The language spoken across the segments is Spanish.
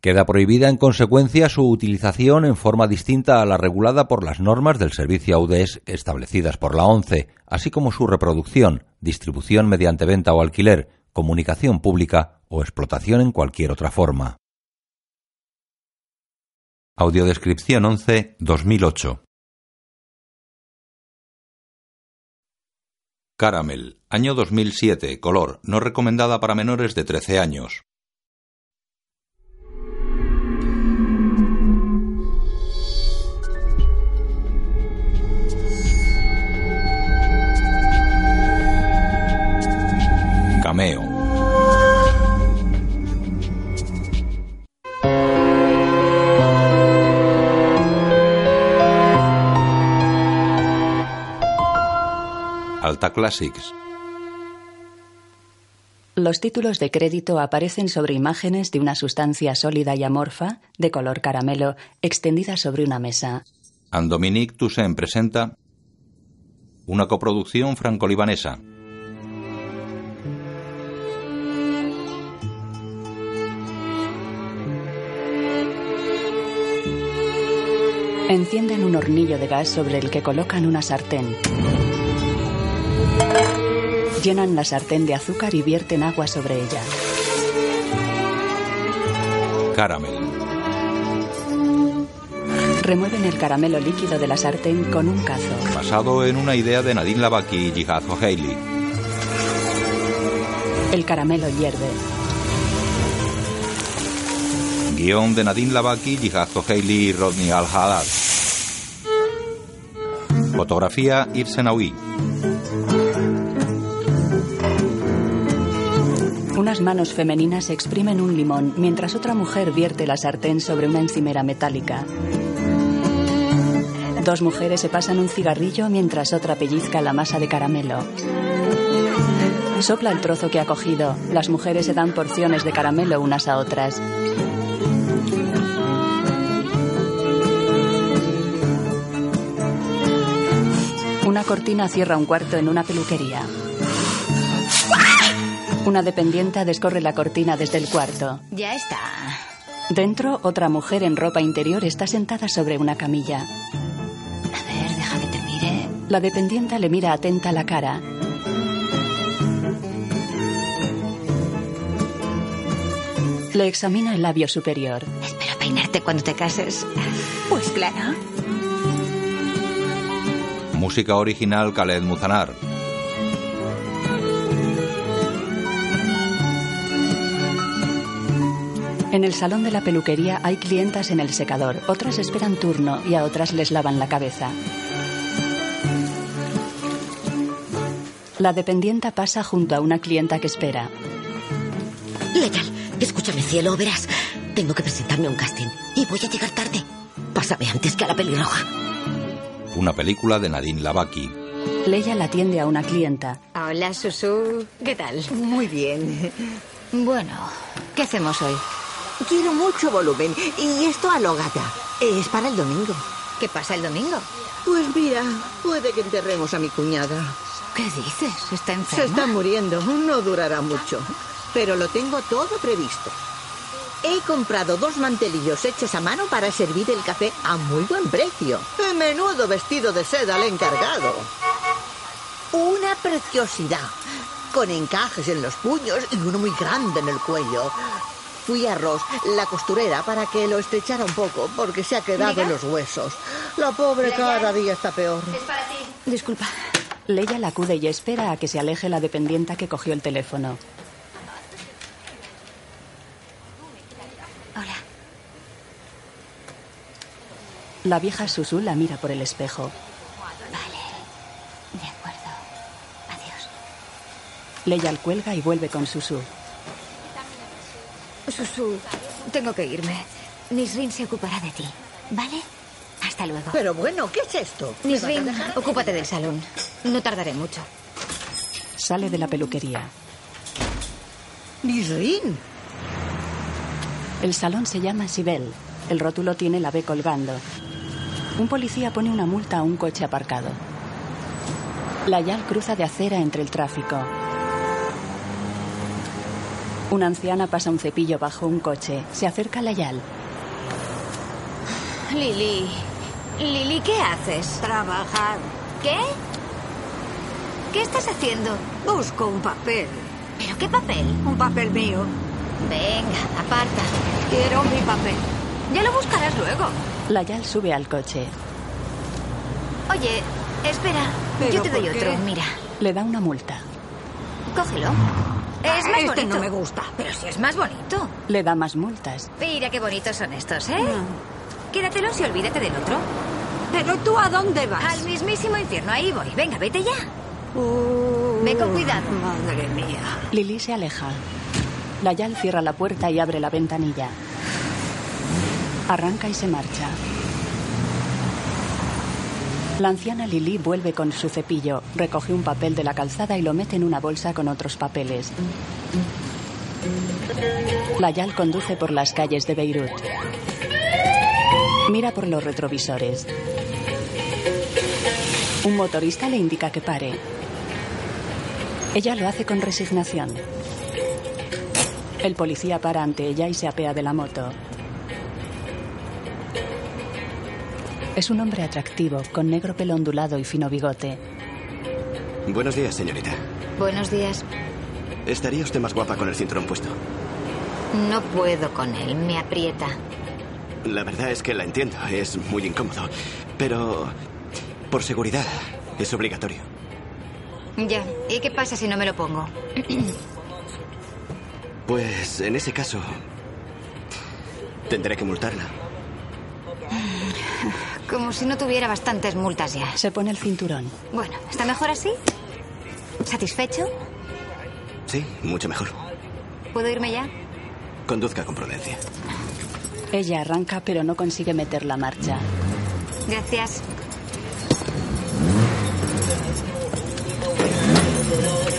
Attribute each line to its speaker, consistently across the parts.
Speaker 1: Queda prohibida en consecuencia su utilización en forma distinta a la regulada por las normas del servicio AUDES establecidas por la ONCE, así como su reproducción, distribución mediante venta o alquiler, comunicación pública o explotación en cualquier otra forma. Audiodescripción 11 2008 Caramel, año 2007, color, no recomendada para menores de 13 años. Cameo. Alta Classics.
Speaker 2: Los títulos de crédito aparecen sobre imágenes de una sustancia sólida y amorfa, de color caramelo, extendida sobre una mesa.
Speaker 1: And Dominique Toussaint presenta una coproducción franco-libanesa.
Speaker 2: Encienden un hornillo de gas sobre el que colocan una sartén. Llenan la sartén de azúcar y vierten agua sobre ella.
Speaker 1: Caramel.
Speaker 2: Remueven el caramelo líquido de la sartén con un cazo.
Speaker 1: Basado en una idea de Nadine Lavaki y Jihad Haley.
Speaker 2: El caramelo hierve.
Speaker 1: Guión de Nadine Lavaki, Jihad Haley y Rodney al -Haddad. Fotografía Irsenawi.
Speaker 2: Unas manos femeninas exprimen un limón mientras otra mujer vierte la sartén sobre una encimera metálica. Dos mujeres se pasan un cigarrillo mientras otra pellizca la masa de caramelo. Sopla el trozo que ha cogido. Las mujeres se dan porciones de caramelo unas a otras. Una cortina cierra un cuarto en una peluquería. Una dependienta descorre la cortina desde el cuarto.
Speaker 3: Ya está.
Speaker 2: Dentro, otra mujer en ropa interior está sentada sobre una camilla.
Speaker 3: A ver, deja que te mire.
Speaker 2: La dependienta le mira atenta la cara. Le examina el labio superior.
Speaker 3: Espero peinarte cuando te cases. Pues claro.
Speaker 1: Música original Khaled Muzanar.
Speaker 2: En el salón de la peluquería hay clientas en el secador, otras esperan turno y a otras les lavan la cabeza. La dependienta pasa junto a una clienta que espera.
Speaker 4: Letal, escúchame, cielo, verás. Tengo que presentarme a un casting y voy a llegar tarde. Pásame antes que a la pelirroja.
Speaker 1: Una película de Nadine Lavaki.
Speaker 2: Leia la atiende a una clienta.
Speaker 3: Hola, Susu. ¿Qué tal?
Speaker 5: Muy bien.
Speaker 3: Bueno, ¿qué hacemos hoy?
Speaker 5: Quiero mucho volumen. Y esto a lo gata. Es para el domingo.
Speaker 3: ¿Qué pasa el domingo?
Speaker 5: Pues mira, puede que enterremos a mi cuñada.
Speaker 3: ¿Qué dices? ¿Está enferma?
Speaker 5: Se está muriendo. No durará mucho. Pero lo tengo todo previsto. He comprado dos mantelillos hechos a mano para servir el café a muy buen precio. ¡Qué menudo vestido de seda le he encargado! Una preciosidad. Con encajes en los puños y uno muy grande en el cuello. Fui a Ross, la costurera, para que lo estrechara un poco, porque se ha quedado
Speaker 3: ¿Diga?
Speaker 5: en los huesos. La pobre cada día está peor.
Speaker 3: para ti. Disculpa.
Speaker 2: Leia la acude y espera a que se aleje la dependienta que cogió el teléfono.
Speaker 3: Hola.
Speaker 2: La vieja Susu la mira por el espejo.
Speaker 3: Vale. De acuerdo. Adiós.
Speaker 2: Leia el cuelga y vuelve con Susu.
Speaker 3: Susu, tengo que irme. Nisrin se ocupará de ti. ¿Vale? Así Hasta luego.
Speaker 5: Pero bueno, ¿qué es esto? ¿Me vas a
Speaker 3: Nisrin,
Speaker 5: dejar?
Speaker 3: ocúpate del salón. No tardaré mucho.
Speaker 2: Sale de la peluquería.
Speaker 5: Nisrin.
Speaker 2: El salón se llama Sibel. El rótulo tiene la B colgando. Un policía pone una multa a un coche aparcado. Layal cruza de acera entre el tráfico. Una anciana pasa un cepillo bajo un coche. Se acerca a Layal.
Speaker 3: Lili. Lili, ¿qué haces?
Speaker 6: Trabajar.
Speaker 3: ¿Qué? ¿Qué estás haciendo?
Speaker 6: Busco un papel.
Speaker 3: ¿Pero qué papel?
Speaker 6: Un papel mío.
Speaker 3: Venga, aparta.
Speaker 6: Quiero mi papel.
Speaker 3: Ya lo buscarás luego.
Speaker 2: Layal sube al coche.
Speaker 3: Oye, espera.
Speaker 6: ¿Pero
Speaker 3: Yo te doy
Speaker 6: por qué?
Speaker 3: otro. Mira,
Speaker 2: Le da una multa.
Speaker 3: cógelo. Es
Speaker 6: Ah,
Speaker 3: más
Speaker 6: este
Speaker 3: bonito.
Speaker 6: no me gusta.
Speaker 3: Pero si es más bonito.
Speaker 2: Le da más multas.
Speaker 3: Mira qué bonitos son estos, ¿eh? Quédatelos y olvídate del otro.
Speaker 6: Pero tú a dónde
Speaker 3: Al
Speaker 6: vas?
Speaker 3: mismísimo infierno, ahí voy. Venga, vete ya.
Speaker 6: Uh,
Speaker 3: Ve con cuidado.
Speaker 6: Madre mía.
Speaker 2: Lily se aleja. Layal cierra la puerta y abre la ventanilla. Arranca y se marcha. La anciana Lily vuelve con su cepillo, recoge un papel de la calzada y lo mete en una bolsa con otros papeles. Layal conduce por las calles de Beirut. Mira por los retrovisores. Un motorista le indica que pare. Ella lo hace con resignación. El policía para ante ella y se apea de la moto. Es un hombre atractivo, con negro pelo ondulado y fino bigote.
Speaker 7: Buenos días, señorita.
Speaker 3: Buenos días.
Speaker 7: Estaría usted más guapa con el cinturón puesto.
Speaker 3: No puedo con él, me aprieta.
Speaker 7: La verdad es que la entiendo, es muy incómodo. Pero, por seguridad, es obligatorio.
Speaker 3: Ya, ¿y qué pasa si no me lo pongo?
Speaker 7: Pues, en ese caso, tendré que multarla.
Speaker 3: Como si no tuviera bastantes multas ya.
Speaker 2: Se pone el cinturón.
Speaker 3: Bueno, ¿está mejor así? ¿Satisfecho?
Speaker 7: Sí, mucho mejor.
Speaker 3: ¿Puedo irme ya?
Speaker 7: Conduzca con prudencia.
Speaker 2: Ella arranca pero no consigue meter la marcha.
Speaker 3: Gracias.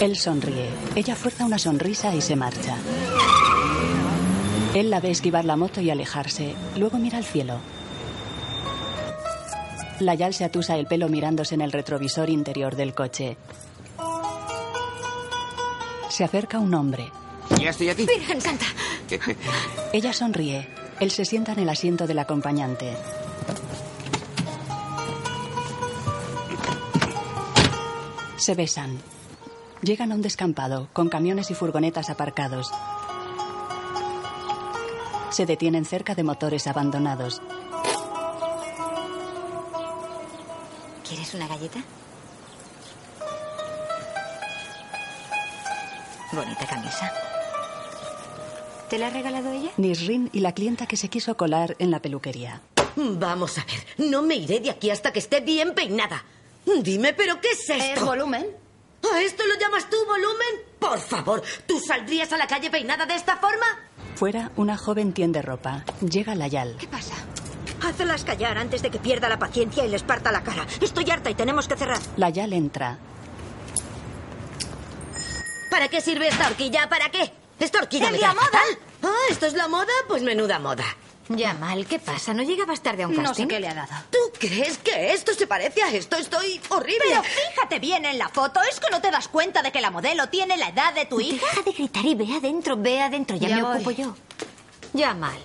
Speaker 2: Él sonríe. Ella fuerza una sonrisa y se marcha. Él la ve esquivar la moto y alejarse. Luego mira al cielo. Layal se atusa el pelo mirándose en el retrovisor interior del coche. Se acerca un hombre.
Speaker 8: Ya estoy aquí.
Speaker 3: Virgen Santa.
Speaker 2: Ella sonríe. Él se sienta en el asiento del acompañante. Se besan. Llegan a un descampado, con camiones y furgonetas aparcados. Se detienen cerca de motores abandonados.
Speaker 3: ¿Quieres una galleta? Bonita camisa. ¿Te la ha regalado ella?
Speaker 2: Nisrin y la clienta que se quiso colar en la peluquería.
Speaker 4: Vamos a ver, no me iré de aquí hasta que esté bien peinada. Dime, ¿pero qué es esto?
Speaker 3: volumen?
Speaker 4: ¿A esto lo llamas tú volumen? Por favor, ¿tú saldrías a la calle peinada de esta forma?
Speaker 2: Fuera, una joven tiende ropa. Llega Layal.
Speaker 3: ¿Qué pasa?
Speaker 6: Hazlas callar antes de que pierda la paciencia y les parta la cara. Estoy harta y tenemos que cerrar.
Speaker 2: Layal entra.
Speaker 4: ¿Para qué sirve esta horquilla? ¿Para qué? ¿Esta horquilla
Speaker 3: ¡Es
Speaker 4: me
Speaker 3: la
Speaker 4: trae
Speaker 3: moda!
Speaker 4: fatal? Ah, ¿esto es la moda? Pues menuda moda.
Speaker 3: Ya mal, ¿qué pasa? ¿No llegabas tarde a un casting?
Speaker 6: ha dado.
Speaker 4: ¿Tú crees que esto se parece a esto? Estoy horrible.
Speaker 6: Pero fíjate bien en la foto. ¿Es que no te das cuenta de que la modelo tiene la edad de tu hija?
Speaker 3: Deja de gritar y ve adentro, ve adentro, ya,
Speaker 6: Ya
Speaker 3: me
Speaker 6: voy.
Speaker 3: ocupo yo. Ya mal.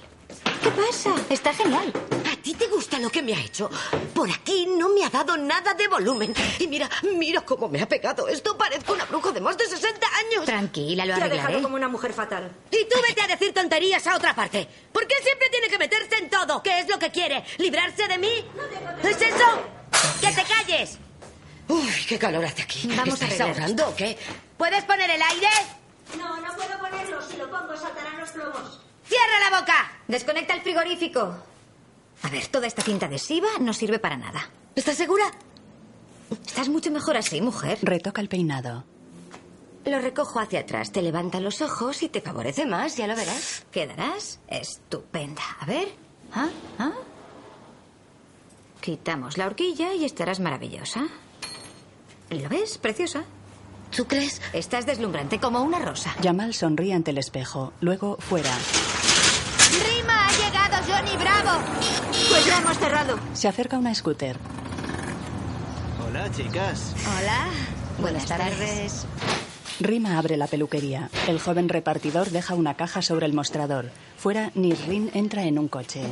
Speaker 3: ¿Qué pasa? Está genial.
Speaker 4: ¿A ti te gusta lo que me ha hecho? Por aquí no me ha dado nada de volumen. Y mira, mira cómo me ha pegado esto. Parezco una bruja de más de 60 años.
Speaker 3: Tranquila, lo
Speaker 6: Te ha
Speaker 3: arreglaré.
Speaker 6: dejado como una mujer fatal.
Speaker 4: Y tú vete a decir tonterías a otra parte. ¿Por qué siempre tiene que meterse en todo? ¿Qué es lo que quiere? ¿Librarse de mí? ¿Es eso? ¡Que te calles! Uy, qué calor hace aquí.
Speaker 3: Vamos a
Speaker 4: ¿Estás
Speaker 3: arreglar
Speaker 4: ahorrando o qué? ¿Puedes poner el aire?
Speaker 6: No, no puedo ponerlo. Si lo pongo, saltarán los globos.
Speaker 4: ¡Cierra la boca!
Speaker 3: Desconecta el frigorífico. A ver, toda esta cinta adhesiva no sirve para nada.
Speaker 4: ¿Estás segura?
Speaker 3: Estás mucho mejor así, mujer.
Speaker 2: Retoca el peinado.
Speaker 3: Lo recojo hacia atrás, te levanta los ojos y te favorece más, ya lo verás. Quedarás estupenda. A ver. ¿Ah? ¿Ah? Quitamos la horquilla y estarás maravillosa. ¿Lo ves? Preciosa.
Speaker 4: ¿Tú crees?
Speaker 3: Estás deslumbrante como una rosa.
Speaker 2: Yamal sonríe ante el espejo, luego fuera.
Speaker 8: ¡Rima! ¡Ha llegado Johnny Bravo!
Speaker 6: Pues ya hemos cerrado.
Speaker 2: Se acerca una scooter.
Speaker 7: Hola, chicas.
Speaker 3: Hola.
Speaker 4: Buenas tardes.
Speaker 2: Rima abre la peluquería. El joven repartidor deja una caja sobre el mostrador. Fuera, Nirrin entra en un coche.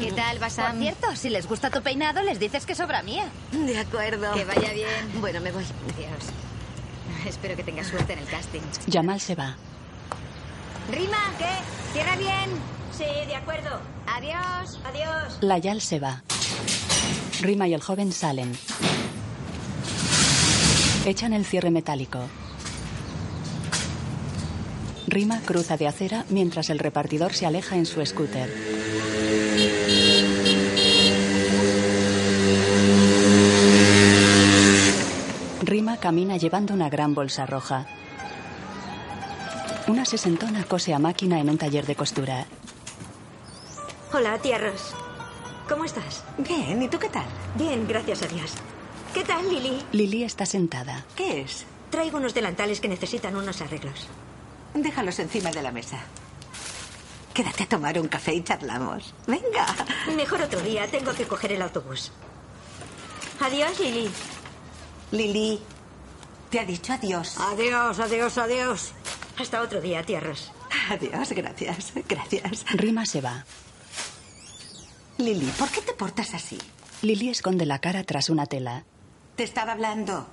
Speaker 8: ¿Qué tal, Basam? Por cierto, si les gusta tu peinado, les dices que es obra mía.
Speaker 3: De acuerdo.
Speaker 8: Que vaya bien.
Speaker 3: Bueno, me voy. Adiós. Espero que tengas suerte en el casting.
Speaker 2: Yamal se va.
Speaker 8: Rima, ¿qué? Cierra bien.
Speaker 6: Sí, de acuerdo.
Speaker 8: Adiós.
Speaker 6: Adiós.
Speaker 2: Layal se va. Rima y el joven salen. Echan el cierre metálico. Rima cruza de acera mientras el repartidor se aleja en su scooter. Rima camina llevando una gran bolsa roja. Una sesentona cose a máquina en un taller de costura.
Speaker 6: Hola, tierras. ¿Cómo estás?
Speaker 9: Bien, ¿y tú qué tal?
Speaker 6: Bien, gracias a Dios. ¿Qué tal, Lili?
Speaker 2: Lily está sentada.
Speaker 9: ¿Qué es?
Speaker 6: Traigo unos delantales que necesitan unos arreglos.
Speaker 9: Déjalos encima de la mesa. Quédate a tomar un café y charlamos. Venga.
Speaker 6: Mejor otro día, tengo que coger el autobús. Adiós, Lili.
Speaker 9: Lili, te ha dicho adiós.
Speaker 6: Adiós, adiós, adiós. Hasta otro día, tierras.
Speaker 9: Adiós, gracias, gracias.
Speaker 2: Rima se va.
Speaker 9: Lili, ¿por qué te portas así?
Speaker 2: Lily esconde la cara tras una tela.
Speaker 9: Te estaba hablando.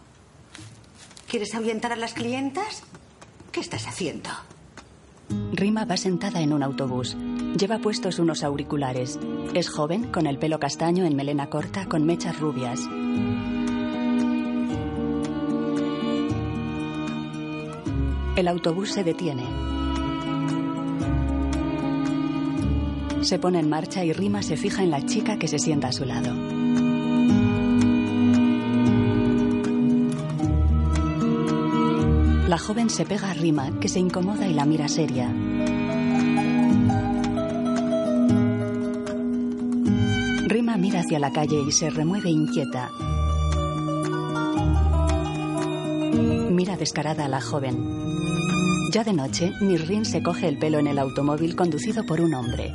Speaker 9: ¿Quieres ahuyentar a las clientas? ¿Qué estás haciendo?
Speaker 2: Rima va sentada en un autobús. Lleva puestos unos auriculares. Es joven, con el pelo castaño en melena corta, con mechas rubias. El autobús se detiene. Se pone en marcha y Rima se fija en la chica que se sienta a su lado. La joven se pega a Rima, que se incomoda y la mira seria. Rima mira hacia la calle y se remueve inquieta. Mira descarada a la joven. Ya de noche, Nirrin se coge el pelo en el automóvil conducido por un hombre.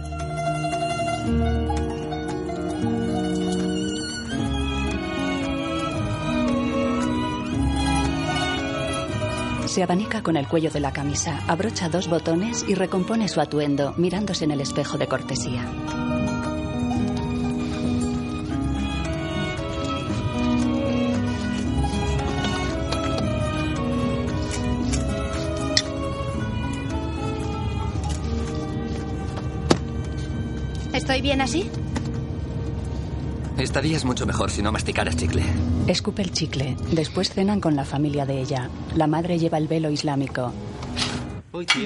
Speaker 2: Se abanica con el cuello de la camisa, abrocha dos botones y recompone su atuendo, mirándose en el espejo de cortesía.
Speaker 8: ¿Estoy bien así?
Speaker 10: Estarías mucho mejor si no masticaras chicle.
Speaker 2: Escupe el chicle. Después cenan con la familia de ella. La madre lleva el velo islámico.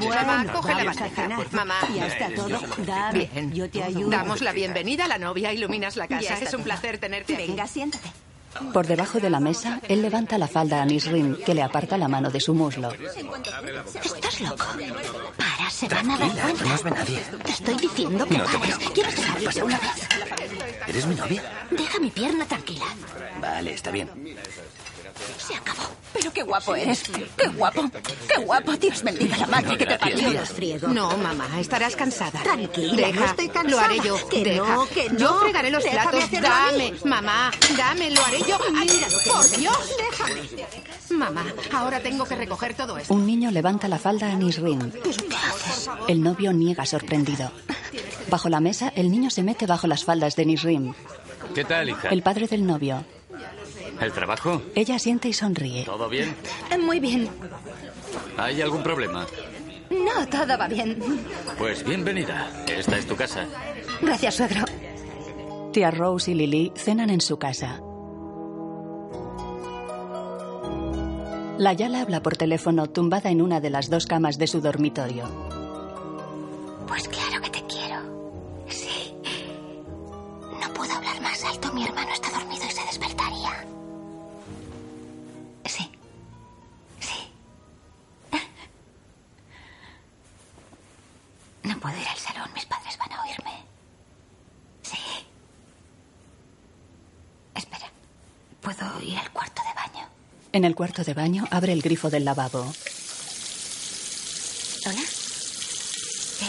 Speaker 11: Mamá, coge la
Speaker 9: vamos a
Speaker 11: bandeja.
Speaker 9: cenar.
Speaker 11: Mamá,
Speaker 9: Ya está todo. Dame, yo te ayudo.
Speaker 11: damos la bienvenida a la novia, iluminas la casa. Es un placer tenerte aquí.
Speaker 9: Venga, siéntate.
Speaker 2: Por debajo de la mesa, él levanta la falda a Nisrin, que le aparta la mano de su muslo.
Speaker 9: Pues
Speaker 8: ¿Estás loco? Para, se van a dar cuenta.
Speaker 10: No os ve nadie.
Speaker 8: Te estoy diciendo que
Speaker 10: No te
Speaker 8: pares.
Speaker 10: preocupes.
Speaker 8: Quiero que una vez.
Speaker 10: ¿Eres mi novia?
Speaker 8: Deja mi pierna tranquila.
Speaker 10: Vale, está bien.
Speaker 8: Se acabó.
Speaker 9: Pero qué guapo eres. Qué guapo. Qué guapo. Dios bendiga la madre que te
Speaker 10: Gracias,
Speaker 9: parió.
Speaker 10: tía.
Speaker 6: Friego.
Speaker 11: No, mamá, estarás cansada.
Speaker 6: Tranquila,
Speaker 11: Deja,
Speaker 6: no estoy cansada.
Speaker 11: Lo haré yo.
Speaker 6: Que
Speaker 11: Deja.
Speaker 6: no, que no.
Speaker 11: Yo fregaré los
Speaker 6: Déjame
Speaker 11: platos.
Speaker 6: hacerlo a mí.
Speaker 11: Dame, mamá, dame, lo haré yo. Ay, por Dios, déjame. Mamá, ahora tengo que recoger todo esto.
Speaker 2: Un niño levanta la falda a Nisrin. El novio niega sorprendido. Bajo la mesa, el niño se mete bajo las faldas de Nisrin.
Speaker 10: ¿Qué tal, hija?
Speaker 2: El padre del novio.
Speaker 10: ¿El trabajo?
Speaker 2: Ella siente y sonríe.
Speaker 10: ¿Todo bien?
Speaker 8: Muy bien.
Speaker 10: ¿Hay algún problema?
Speaker 8: No, todo va bien.
Speaker 10: Pues bienvenida. Esta es tu casa.
Speaker 8: Gracias, suegro.
Speaker 2: Tía Rose y Lily cenan en su casa. La Yala habla por teléfono tumbada en una de las dos camas de su dormitorio.
Speaker 8: Pues claro que te quiero. Sí. No puedo hablar más alto. Mi hermano está dormido y se despertaría. Sí. Sí. No puedo ir al salón. Mis padres van a oírme. Sí.
Speaker 12: puedo ir al cuarto de baño.
Speaker 2: En el cuarto de baño abre el grifo del lavabo.
Speaker 12: ¿Hola? ¿Qué?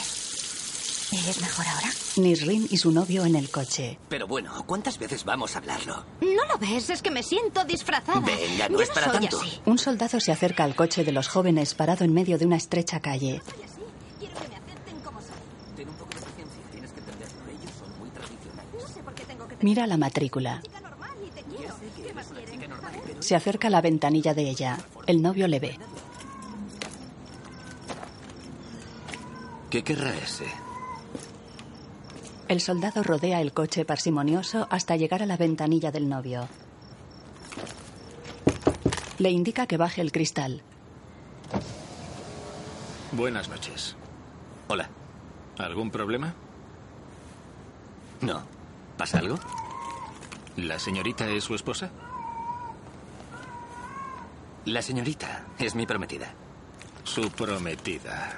Speaker 12: ¿Me ves mejor ahora?
Speaker 2: Nisrin y su novio en el coche.
Speaker 13: Pero bueno, ¿cuántas veces vamos a hablarlo?
Speaker 12: ¿No lo ves? Pues Es que me siento disfrazada.
Speaker 13: Venga, no
Speaker 12: Yo
Speaker 13: es para
Speaker 12: soy
Speaker 13: tanto.
Speaker 12: así.
Speaker 2: Un soldado se acerca al coche de los jóvenes parado en medio de una estrecha calle.
Speaker 13: Ten un poco de paciencia, tienes que entenderlo. Ellos son muy tradicionales. No sé por qué tengo que
Speaker 2: Mira la matrícula. Se acerca a la ventanilla de ella. El novio le ve.
Speaker 7: ¿Qué querrá ese?
Speaker 2: El soldado rodea el coche parsimonioso hasta llegar a la ventanilla del novio. Le indica que baje el cristal.
Speaker 14: Buenas noches. Hola. ¿Algún problema? No. ¿Pasa algo? ¿La señorita es su esposa?
Speaker 13: La señorita es mi prometida.
Speaker 14: Su prometida.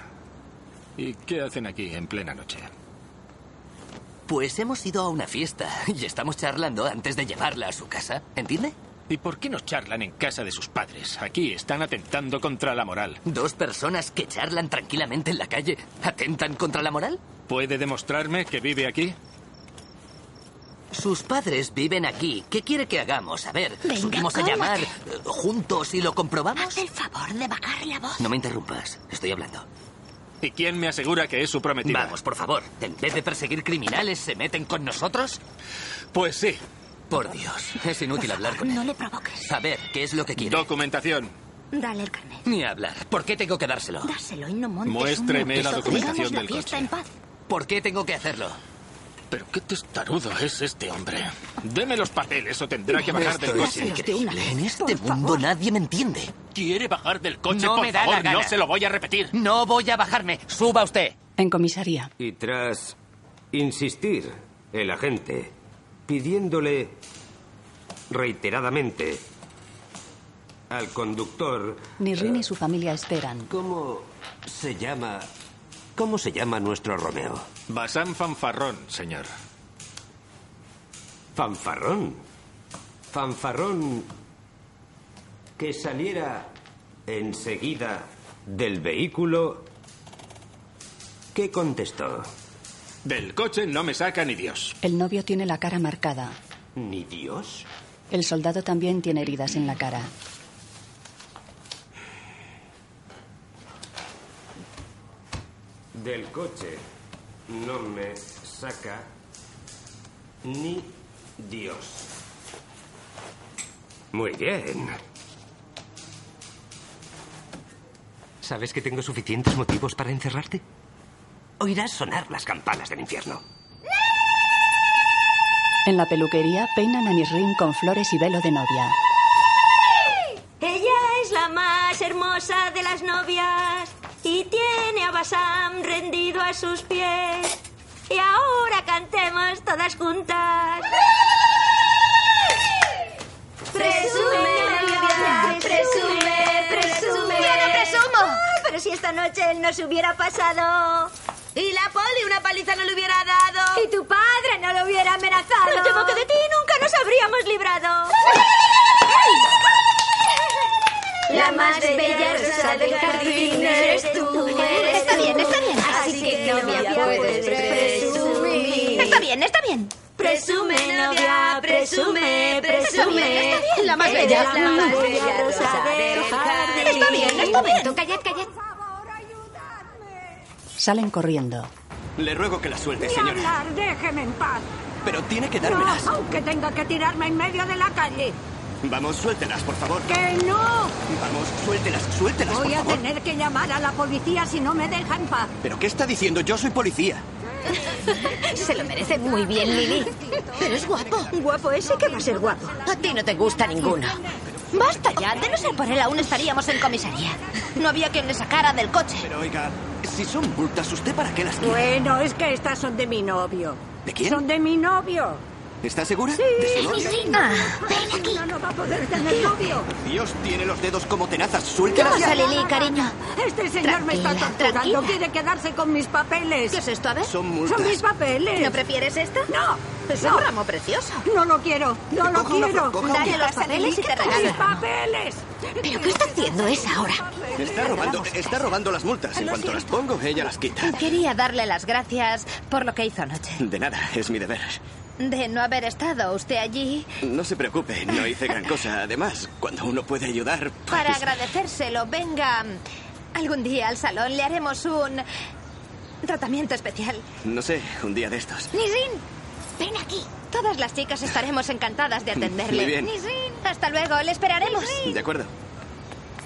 Speaker 14: ¿Y qué hacen aquí en plena noche?
Speaker 13: Pues hemos ido a una fiesta y estamos charlando antes de llevarla a su casa, ¿entiende?
Speaker 14: ¿Y por qué no charlan en casa de sus padres? Aquí están atentando contra la moral.
Speaker 13: ¿Dos personas que charlan tranquilamente en la calle atentan contra la moral?
Speaker 14: ¿Puede demostrarme que vive aquí?
Speaker 13: Sus padres viven aquí. ¿Qué quiere que hagamos? A ver,
Speaker 12: Venga,
Speaker 13: subimos a
Speaker 12: cóllate.
Speaker 13: llamar eh, juntos y lo comprobamos.
Speaker 12: Haz el favor de bajar la voz.
Speaker 13: No me interrumpas, estoy hablando.
Speaker 14: ¿Y quién me asegura que es su prometida?
Speaker 13: Vamos, por favor. En vez de perseguir criminales, ¿se meten con nosotros?
Speaker 14: Pues sí.
Speaker 13: Por Dios, es inútil hablar con él.
Speaker 12: No le provoques.
Speaker 13: A ver, ¿qué es lo que quiere?
Speaker 14: Documentación.
Speaker 12: Dale el carnet.
Speaker 13: Ni hablar. ¿Por qué tengo que dárselo?
Speaker 12: Dáselo y no montes un
Speaker 14: Muéstreme
Speaker 12: monte.
Speaker 14: la documentación
Speaker 12: Digamos la
Speaker 14: del
Speaker 12: fiesta
Speaker 14: coche.
Speaker 12: en paz.
Speaker 13: ¿Por qué tengo que hacerlo?
Speaker 14: Pero qué testarudo es este hombre. Deme los papeles o tendrá que bajar
Speaker 13: Esto
Speaker 14: del
Speaker 13: es
Speaker 14: coche.
Speaker 13: increíble. En este mundo nadie me entiende.
Speaker 14: Quiere bajar del coche,
Speaker 13: No
Speaker 14: por
Speaker 13: me da la
Speaker 14: favor,
Speaker 13: gana.
Speaker 14: no se lo voy a repetir.
Speaker 13: No voy a bajarme. Suba usted.
Speaker 2: En comisaría.
Speaker 15: Y tras insistir, el agente, pidiéndole reiteradamente al conductor,
Speaker 2: Nirrin y su familia esperan.
Speaker 15: ¿cómo se llama? ¿Cómo se llama nuestro Romeo?
Speaker 14: Basán fanfarrón, señor.
Speaker 15: Fanfarrón. Fanfarrón que saliera enseguida del vehículo. ¿Qué contestó?
Speaker 14: Del coche no me saca ni Dios.
Speaker 2: El novio tiene la cara marcada.
Speaker 15: ¿Ni Dios?
Speaker 2: El soldado también tiene heridas en la cara.
Speaker 15: Del coche no me saca ni Dios. Muy bien. ¿Sabes que tengo suficientes motivos para encerrarte? Oirás sonar las campanas del infierno.
Speaker 2: En la peluquería peinan a Nisrin con flores y velo de novia.
Speaker 9: Ella es la más hermosa de las novias y tiene a Basam rendido a sus pies. Y ahora cantemos todas juntas. Presume, novia, presume, presume.
Speaker 4: Yo no presumo.
Speaker 9: Ay, pero si esta noche él no se hubiera pasado.
Speaker 16: Y la poli una paliza no le hubiera dado.
Speaker 9: Y tu padre no lo hubiera amenazado.
Speaker 4: Me temo que de
Speaker 9: ti nunca nos habríamos librado.
Speaker 4: La más bella rosa del jardín eres tú, eres
Speaker 9: Está bien,
Speaker 4: tú.
Speaker 9: está bien.
Speaker 4: Así que, novia, puedes presumir.
Speaker 9: Está bien, está bien.
Speaker 4: Presume, novia, presume, presume.
Speaker 9: Está bien.
Speaker 4: La más
Speaker 9: Eres
Speaker 4: bella.
Speaker 9: la más
Speaker 4: Mm.
Speaker 9: bella rosa del jardín.
Speaker 4: Está bien, está bien.
Speaker 9: Tú callad, callad.
Speaker 2: Salen corriendo.
Speaker 7: Le ruego que la suelte,
Speaker 17: Ni
Speaker 7: señora.
Speaker 17: hablar, déjeme en paz.
Speaker 7: Pero tiene que
Speaker 17: No,
Speaker 7: dármelas.
Speaker 17: aunque tenga que tirarme en medio de la calle.
Speaker 7: Vamos, suéltelas, por favor.
Speaker 17: ¡Que no!
Speaker 7: Vamos, suéltelas, suéltelas,
Speaker 17: Voy
Speaker 7: por
Speaker 17: a
Speaker 7: favor.
Speaker 17: tener que llamar a la policía si no me deja en paz.
Speaker 7: ¿Pero qué está diciendo? Yo soy policía.
Speaker 4: Se lo merece muy bien, Lili.
Speaker 9: Pero es guapo. Guapo ese que va a ser guapo.
Speaker 4: A ti no te gusta ninguno.
Speaker 9: Basta ya, de no ser por él aún estaríamos en comisaría. No había quien le sacara del coche.
Speaker 7: Pero oiga, si son multas, ¿usted para qué las quiere?
Speaker 17: Bueno, es que estas son de mi novio.
Speaker 7: ¿De quién?
Speaker 17: Son de mi novio.
Speaker 7: ¿Está segura? ¿De su novio?
Speaker 17: Ah, ven aquí. No, no va a poder tener novio.
Speaker 7: Dios tiene los dedos como tenazas.
Speaker 9: ¿Qué
Speaker 7: Suéltelas
Speaker 9: pasa,
Speaker 7: ya.
Speaker 9: Lili, cariño?
Speaker 17: Este señor me está
Speaker 9: Tranquila,
Speaker 17: torturando.
Speaker 9: tranquila.
Speaker 17: Quiere quedarse con mis papeles.
Speaker 9: ¿Qué es esto, a ver?
Speaker 7: Son
Speaker 17: Son mis
Speaker 7: multas.
Speaker 17: papeles.
Speaker 9: ¿No prefieres esta?
Speaker 17: No, Es
Speaker 3: un ramo precioso.
Speaker 17: No lo quiero, no lo
Speaker 3: Coja una
Speaker 17: quiero.
Speaker 3: flor, coja
Speaker 17: Dale
Speaker 3: una
Speaker 17: los
Speaker 3: flor.
Speaker 17: papeles y te regalo.
Speaker 3: ¡Mis
Speaker 17: papeles!
Speaker 3: ¿Pero qué está haciendo esa ahora?
Speaker 7: Está robando, está robando las multas. En cuanto las pongo, ella las quita.
Speaker 6: Quería darle las gracias por lo que hizo anoche.
Speaker 7: De nada, es mi deber.
Speaker 6: De no haber estado usted allí
Speaker 7: No se preocupe, no hice gran cosa. Además, cuando uno puede ayudar,
Speaker 6: para agradecérselo. Venga, algún día al salón le haremos un tratamiento especial.
Speaker 7: no sé, un día de estos.
Speaker 6: Nisin, ven aquí. Todas las chicas estaremos encantadas de atenderle.
Speaker 7: Muy bien.
Speaker 6: Nisin, hasta luego, le esperaremos.
Speaker 7: De acuerdo.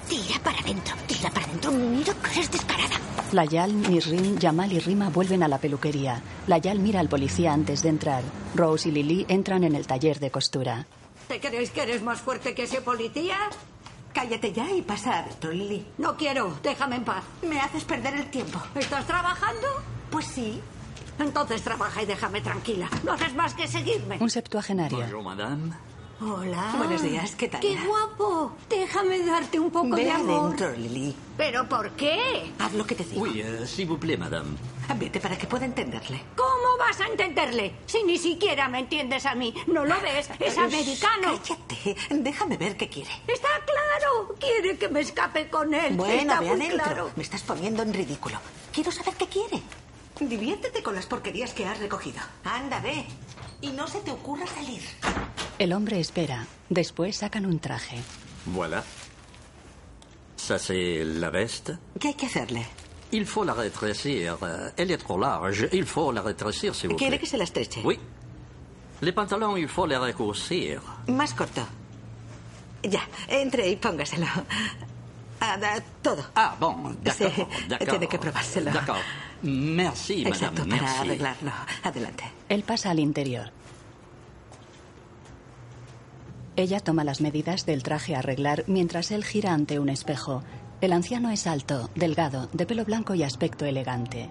Speaker 3: Tira para adentro, tira para adentro. Mira que eres descarada.
Speaker 2: Layal, Nisrin, Yamal y Rima vuelven a la peluquería. Layal mira al policía antes de entrar. Rose y Lily entran en el taller de costura.
Speaker 17: ¿Te crees que eres más fuerte que ese policía? Cállate ya y pasa a Beto, Lily. No quiero, déjame en paz. Me haces perder el tiempo. ¿Estás trabajando? Pues sí. Entonces trabaja y déjame tranquila. No haces más que seguirme.
Speaker 2: Un septuagenario.
Speaker 14: madame.
Speaker 17: Hola.
Speaker 9: Buenos días, ¿qué tal?
Speaker 17: ¡Qué guapo! Déjame darte un poco
Speaker 9: Ve
Speaker 17: de amor.
Speaker 9: adentro, Lily.
Speaker 17: ¿Pero por qué?
Speaker 9: Haz lo que te digo.
Speaker 14: Oui, euh, s'il vous plaît, madame.
Speaker 9: Vete para que pueda entenderle.
Speaker 17: ¿Cómo vas a entenderle si ni siquiera me entiendes a mí? ¿No lo ves? Es
Speaker 9: Shh,
Speaker 17: americano.
Speaker 9: Cállate. Déjame ver qué quiere.
Speaker 17: Está claro. Quiere que me escape con él.
Speaker 9: Bueno,
Speaker 17: Está
Speaker 9: ve
Speaker 17: muy
Speaker 9: adentro.
Speaker 17: claro.
Speaker 9: Me estás poniendo en ridículo. Quiero saber qué quiere. Diviértete con las porquerías que has recogido. Anda, ve. Y no se te ocurra salir.
Speaker 2: El hombre espera. Después sacan un traje.
Speaker 14: Voilà. Ça, c'est la veste.
Speaker 9: ¿Qué hay que hacerle?
Speaker 14: Il faut la rétrécir. Euh, Elle est trop large. Il faut la rétrécir, s'il vous plaît.
Speaker 9: Quiere que se la estreche.
Speaker 14: Oui. Les pantalons, il faut les raccourcir.
Speaker 9: Más corto. Ya, entre y póngaselo. Ah, da- todo.
Speaker 14: Ah, bon, d'accord. d'accord.
Speaker 9: eh, Tiene que probárselo.
Speaker 14: D'accord. Merci, madame.
Speaker 9: Exacto, para
Speaker 14: merci.
Speaker 9: arreglarlo. Adelante.
Speaker 2: Él pasa al interior. Ella toma las medidas del traje a arreglar mientras él gira ante un espejo. El anciano es alto, delgado, de pelo blanco y aspecto elegante.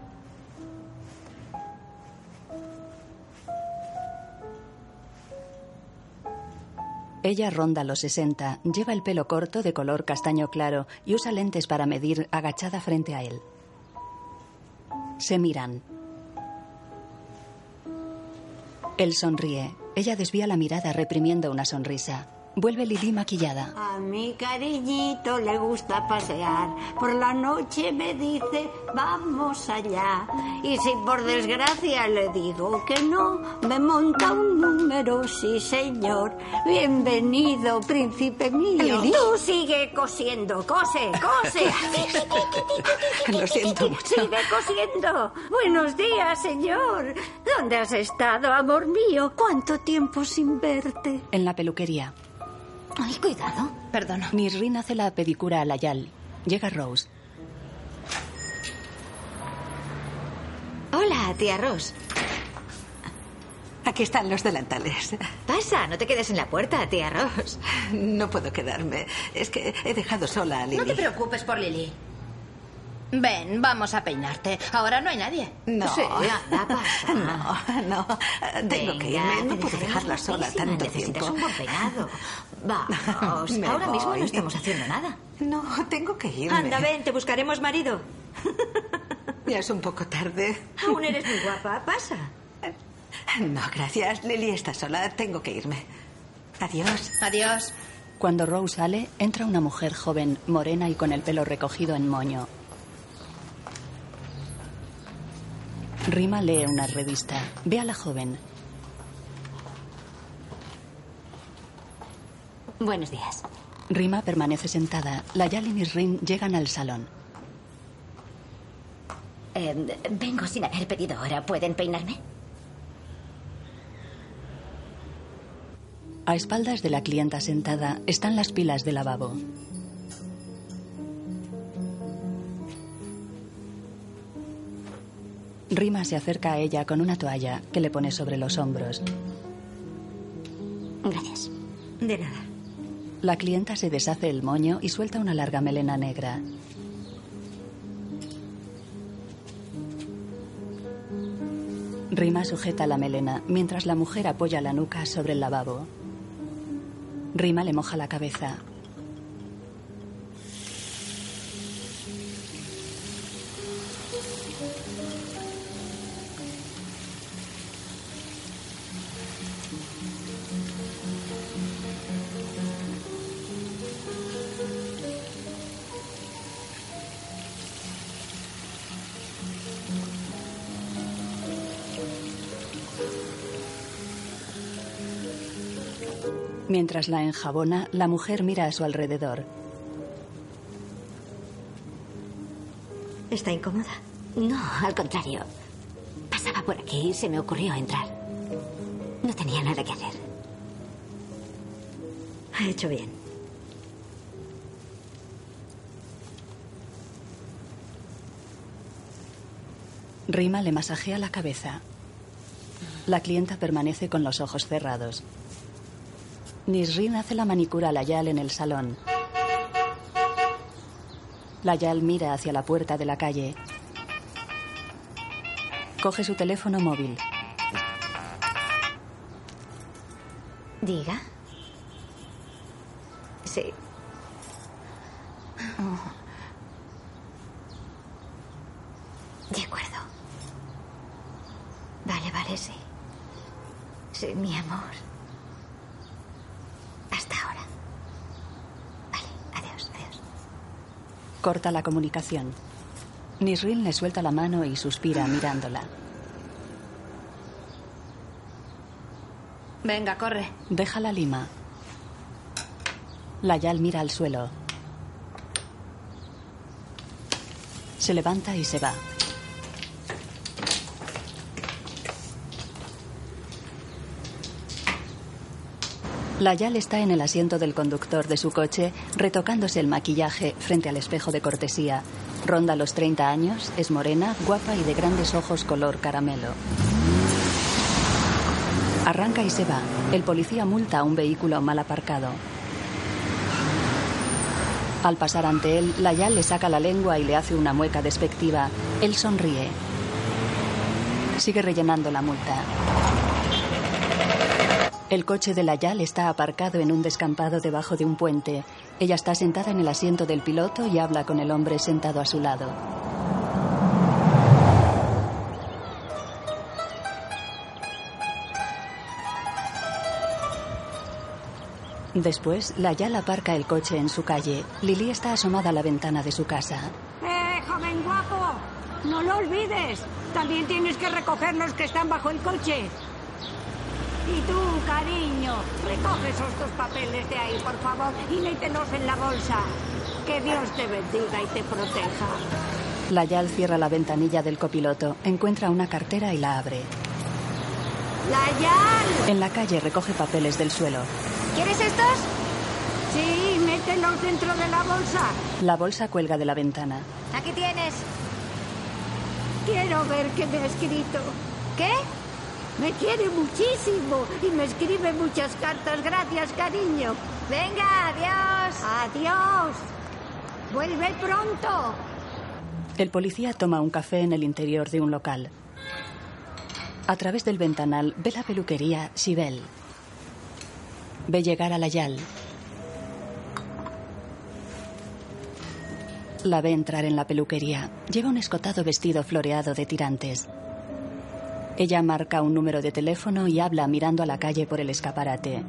Speaker 2: Ella ronda los 60, lleva el pelo corto de color castaño claro y usa lentes para medir agachada frente a él. Se miran. Él sonríe. Ella desvía la mirada reprimiendo una sonrisa. Vuelve Lili maquillada.
Speaker 17: A mi cariñito le gusta pasear. Por la noche me dice, vamos allá. Y si por desgracia le digo que no, me monta un número, sí señor. Bienvenido, príncipe mío.
Speaker 3: Lili.
Speaker 17: Tú sigue cosiendo, cose, cose.
Speaker 9: Lo siento mucho.
Speaker 17: Sigue cosiendo. Buenos días, señor. ¿Dónde has estado, amor mío? ¿Cuánto tiempo sin verte?
Speaker 2: En la peluquería.
Speaker 17: Ay, cuidado.
Speaker 2: Perdona. Nisrin hace la pedicura a Layal. Llega Rose.
Speaker 18: Hola, tía Ross.
Speaker 9: Aquí están los delantales.
Speaker 18: Pasa, no te quedes en la puerta, tía Ross.
Speaker 9: No puedo quedarme. Es que he dejado sola a Lily.
Speaker 6: No te preocupes por Lily. Ven, vamos a peinarte. Ahora no hay nadie.
Speaker 9: No.
Speaker 6: Sí, anda, pasa.
Speaker 9: No, no. Tengo que
Speaker 6: Venga,
Speaker 9: irme.
Speaker 6: te
Speaker 9: No puedo
Speaker 6: dejaré
Speaker 9: dejarla sola
Speaker 6: guapísima.
Speaker 9: tanto
Speaker 6: Necesitas
Speaker 9: tiempo.
Speaker 6: un buen peinado. Vamos,
Speaker 9: Me
Speaker 6: ahora mismo
Speaker 9: voy.
Speaker 6: no estamos haciendo nada.
Speaker 9: No, tengo que irme.
Speaker 18: Anda, ven, te buscaremos marido.
Speaker 9: Ya es un poco tarde.
Speaker 18: Aún eres muy guapa, pasa.
Speaker 9: No, gracias. Lily está sola. Tengo que irme. Adiós.
Speaker 6: Adiós.
Speaker 2: Cuando Rose sale, entra una mujer joven, morena y con el pelo recogido en moño. Rima lee una revista. Ve a la joven.
Speaker 18: Buenos días.
Speaker 2: Rima permanece sentada. Layal y Nisrin llegan al salón.
Speaker 3: Eh, vengo sin haber pedido hora. ¿Pueden peinarme?
Speaker 2: A espaldas de la clienta sentada están las pilas de lavabo. Rima se acerca a ella con una toalla que le pone sobre los hombros.
Speaker 3: Gracias.
Speaker 18: De nada.
Speaker 2: La clienta se deshace el moño y suelta una larga melena negra. Rima sujeta la melena mientras la mujer apoya la nuca sobre el lavabo. Rima le moja la cabeza. Mientras la enjabona, la mujer mira a su alrededor.
Speaker 19: ¿Está incómoda? No, al contrario. Pasaba por aquí y se me ocurrió entrar. No tenía nada que hacer. Ha hecho bien.
Speaker 2: Rima le masajea la cabeza. La clienta permanece con los ojos cerrados. Nisrin hace la manicura a Layal en el salón. Layal mira hacia la puerta de la calle. Coge su teléfono móvil.
Speaker 19: Diga. Sí. Oh. De acuerdo. Vale, vale, sí. Sí, mi amor. Hasta ahora. Vale, adiós, adiós.
Speaker 2: Corta la comunicación. Nisrin le suelta la mano y suspira mirándola.
Speaker 11: Venga, corre.
Speaker 2: Deja la lima. Layal mira al suelo. Se levanta y se va. Layal está en el asiento del conductor de su coche, retocándose el maquillaje frente al espejo de cortesía. Ronda los 30 años, es morena, guapa y de grandes ojos color caramelo. Arranca y se va. El policía multa a un vehículo mal aparcado. Al pasar ante él, Layal le saca la lengua y le hace una mueca despectiva. Él sonríe. Sigue rellenando la multa. El coche de Layal está aparcado en un descampado debajo de un puente. Ella está sentada en el asiento del piloto y habla con el hombre sentado a su lado. Después, Layal aparca el coche en su calle. Lili está asomada a la ventana de su casa.
Speaker 17: ¡Eh, joven guapo! ¡No lo olvides! También tienes que recoger los que están bajo el coche. Y tú, cariño, recoge esos dos papeles de ahí, por favor, y mételos en la bolsa. Que Dios te bendiga y te proteja.
Speaker 2: Layal cierra la ventanilla del copiloto, encuentra una cartera y la abre.
Speaker 17: ¡Layal!
Speaker 2: En la calle recoge papeles del suelo.
Speaker 17: ¿Quieres estos? Sí, mételos dentro de la bolsa.
Speaker 2: La bolsa cuelga de la ventana.
Speaker 17: Aquí tienes. Quiero ver qué me ha escrito. ¿Qué? Me quiere muchísimo y me escribe muchas cartas. Gracias, cariño. Venga, adiós. Adiós. Vuelve pronto.
Speaker 2: El policía toma un café en el interior de un local. A través del ventanal ve la peluquería Sibel. Ve llegar a Layal. La ve entrar en la peluquería. Lleva un escotado vestido floreado de tirantes. Ella marca un número de teléfono y habla mirando a la calle por el escaparate.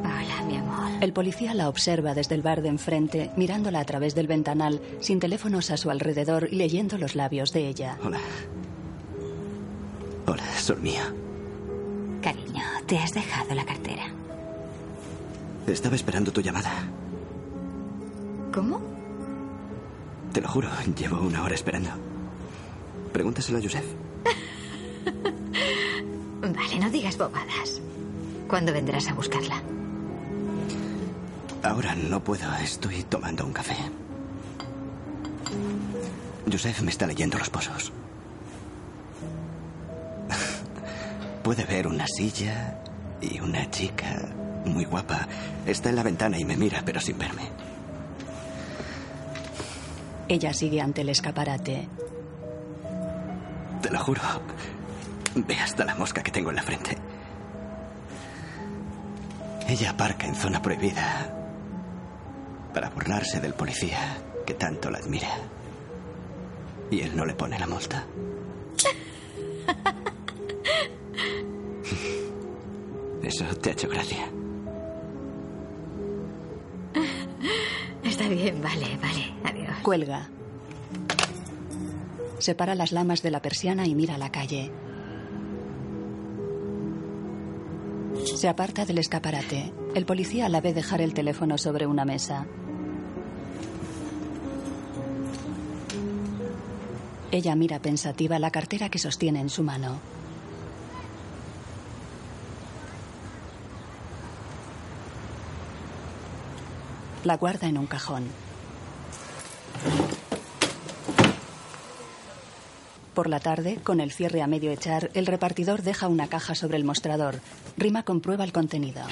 Speaker 19: Hola, mi amor.
Speaker 2: El policía la observa desde el bar de enfrente, mirándola a través del ventanal, sin teléfonos a su alrededor y leyendo los labios de ella.
Speaker 7: Hola. Hola, Sol mía.
Speaker 19: Cariño, te has dejado la cartera.
Speaker 7: Estaba esperando tu llamada.
Speaker 19: ¿Cómo?
Speaker 7: Te lo juro, llevo una hora esperando. Pregúntaselo a Joseph.
Speaker 19: Vale, no digas bobadas. ¿Cuándo vendrás a buscarla?
Speaker 7: Ahora no puedo, estoy tomando un café. Joseph me está leyendo los pozos. Puede ver una silla y una chica muy guapa. Está en la ventana y me mira, pero sin verme.
Speaker 2: Ella sigue ante el escaparate.
Speaker 7: Te lo juro. Ve hasta la mosca que tengo en la frente. Ella aparca en zona prohibida para burlarse del policía que tanto la admira. Y él no le pone la multa. Eso te ha hecho gracia.
Speaker 19: Está bien, vale, vale. Adiós.
Speaker 2: Cuelga. Separa las lamas de la persiana y mira la calle. Se aparta del escaparate. El policía la ve dejar el teléfono sobre una mesa. Ella mira pensativa la cartera que sostiene en su mano. La guarda en un cajón. Por la tarde, con el cierre a medio echar, el repartidor deja una caja sobre el mostrador. Rima comprueba el contenido.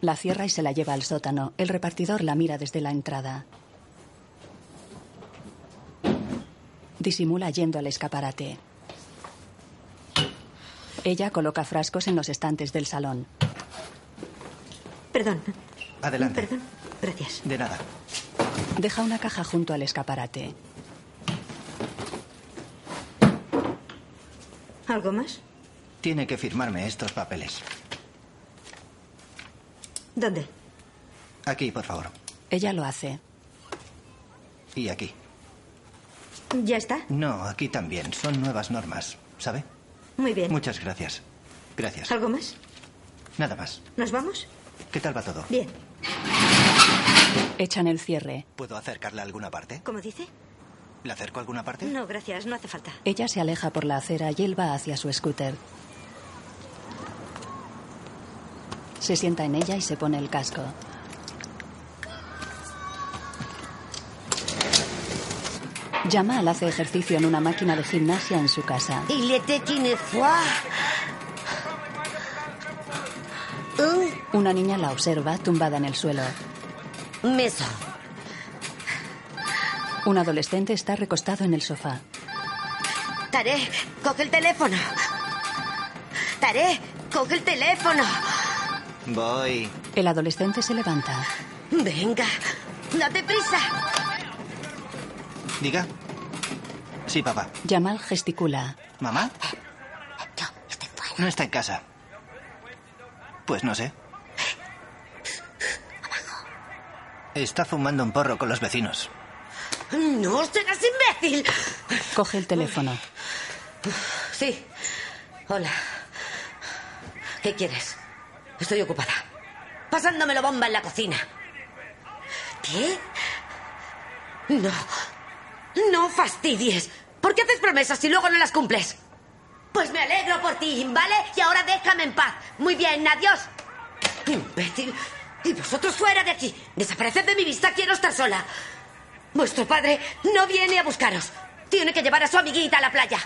Speaker 2: La cierra y se la lleva al sótano. El repartidor la mira desde la entrada. Disimula yendo al escaparate. Ella coloca frascos en los estantes del salón.
Speaker 20: Perdón,
Speaker 7: Adelante.
Speaker 20: perdón. Gracias.
Speaker 7: De nada.
Speaker 2: Deja una caja junto al escaparate.
Speaker 20: ¿Algo más?
Speaker 7: Tiene que firmarme estos papeles.
Speaker 20: ¿Dónde?
Speaker 7: Aquí, por favor.
Speaker 2: Ella lo hace.
Speaker 7: Y aquí.
Speaker 20: ¿Ya está?
Speaker 7: No, aquí también. Son nuevas normas, ¿sabe?
Speaker 20: Muy bien.
Speaker 7: Muchas gracias. Gracias.
Speaker 20: ¿Algo más?
Speaker 7: Nada más.
Speaker 20: ¿Nos vamos?
Speaker 7: ¿Qué tal va todo?
Speaker 20: Bien.
Speaker 2: Echan el cierre.
Speaker 7: ¿Puedo acercarla a alguna parte?
Speaker 20: ¿Cómo dice?
Speaker 7: ¿La acerco a alguna parte?
Speaker 20: No, gracias, no hace falta.
Speaker 2: Ella se aleja por la acera y él va hacia su scooter. Se sienta en ella y se pone el casco. Yamal hace ejercicio en una máquina de gimnasia en su casa.
Speaker 4: Il était une fois. un
Speaker 2: Una niña la observa tumbada en el suelo.
Speaker 4: maison.
Speaker 2: Un adolescente está recostado en el sofá.
Speaker 4: Taré, coge el teléfono. Taré, coge el teléfono.
Speaker 7: Voy.
Speaker 2: El adolescente se levanta.
Speaker 4: Venga, date prisa.
Speaker 7: Diga. Sí, papá.
Speaker 2: Yamal gesticula.
Speaker 7: ¿Mamá? No está en casa. Pues no sé. Está fumando un porro con los vecinos.
Speaker 4: No serás imbécil.
Speaker 2: Coge el teléfono.
Speaker 4: Sí. Hola. ¿Qué quieres? Estoy ocupada. Pasándomelo bomba en la cocina. ¿Qué? No. No fastidies. ¿Por qué haces promesas y luego no las cumples? Pues me alegro por ti, ¿vale? Y ahora déjame en paz. Muy bien, adiós. Imbécil. Y vosotros fuera de aquí. Desapareced de mi vista, quiero estar sola. Vuestro padre no viene a buscaros. Tiene que llevar a su amiguita a la playa.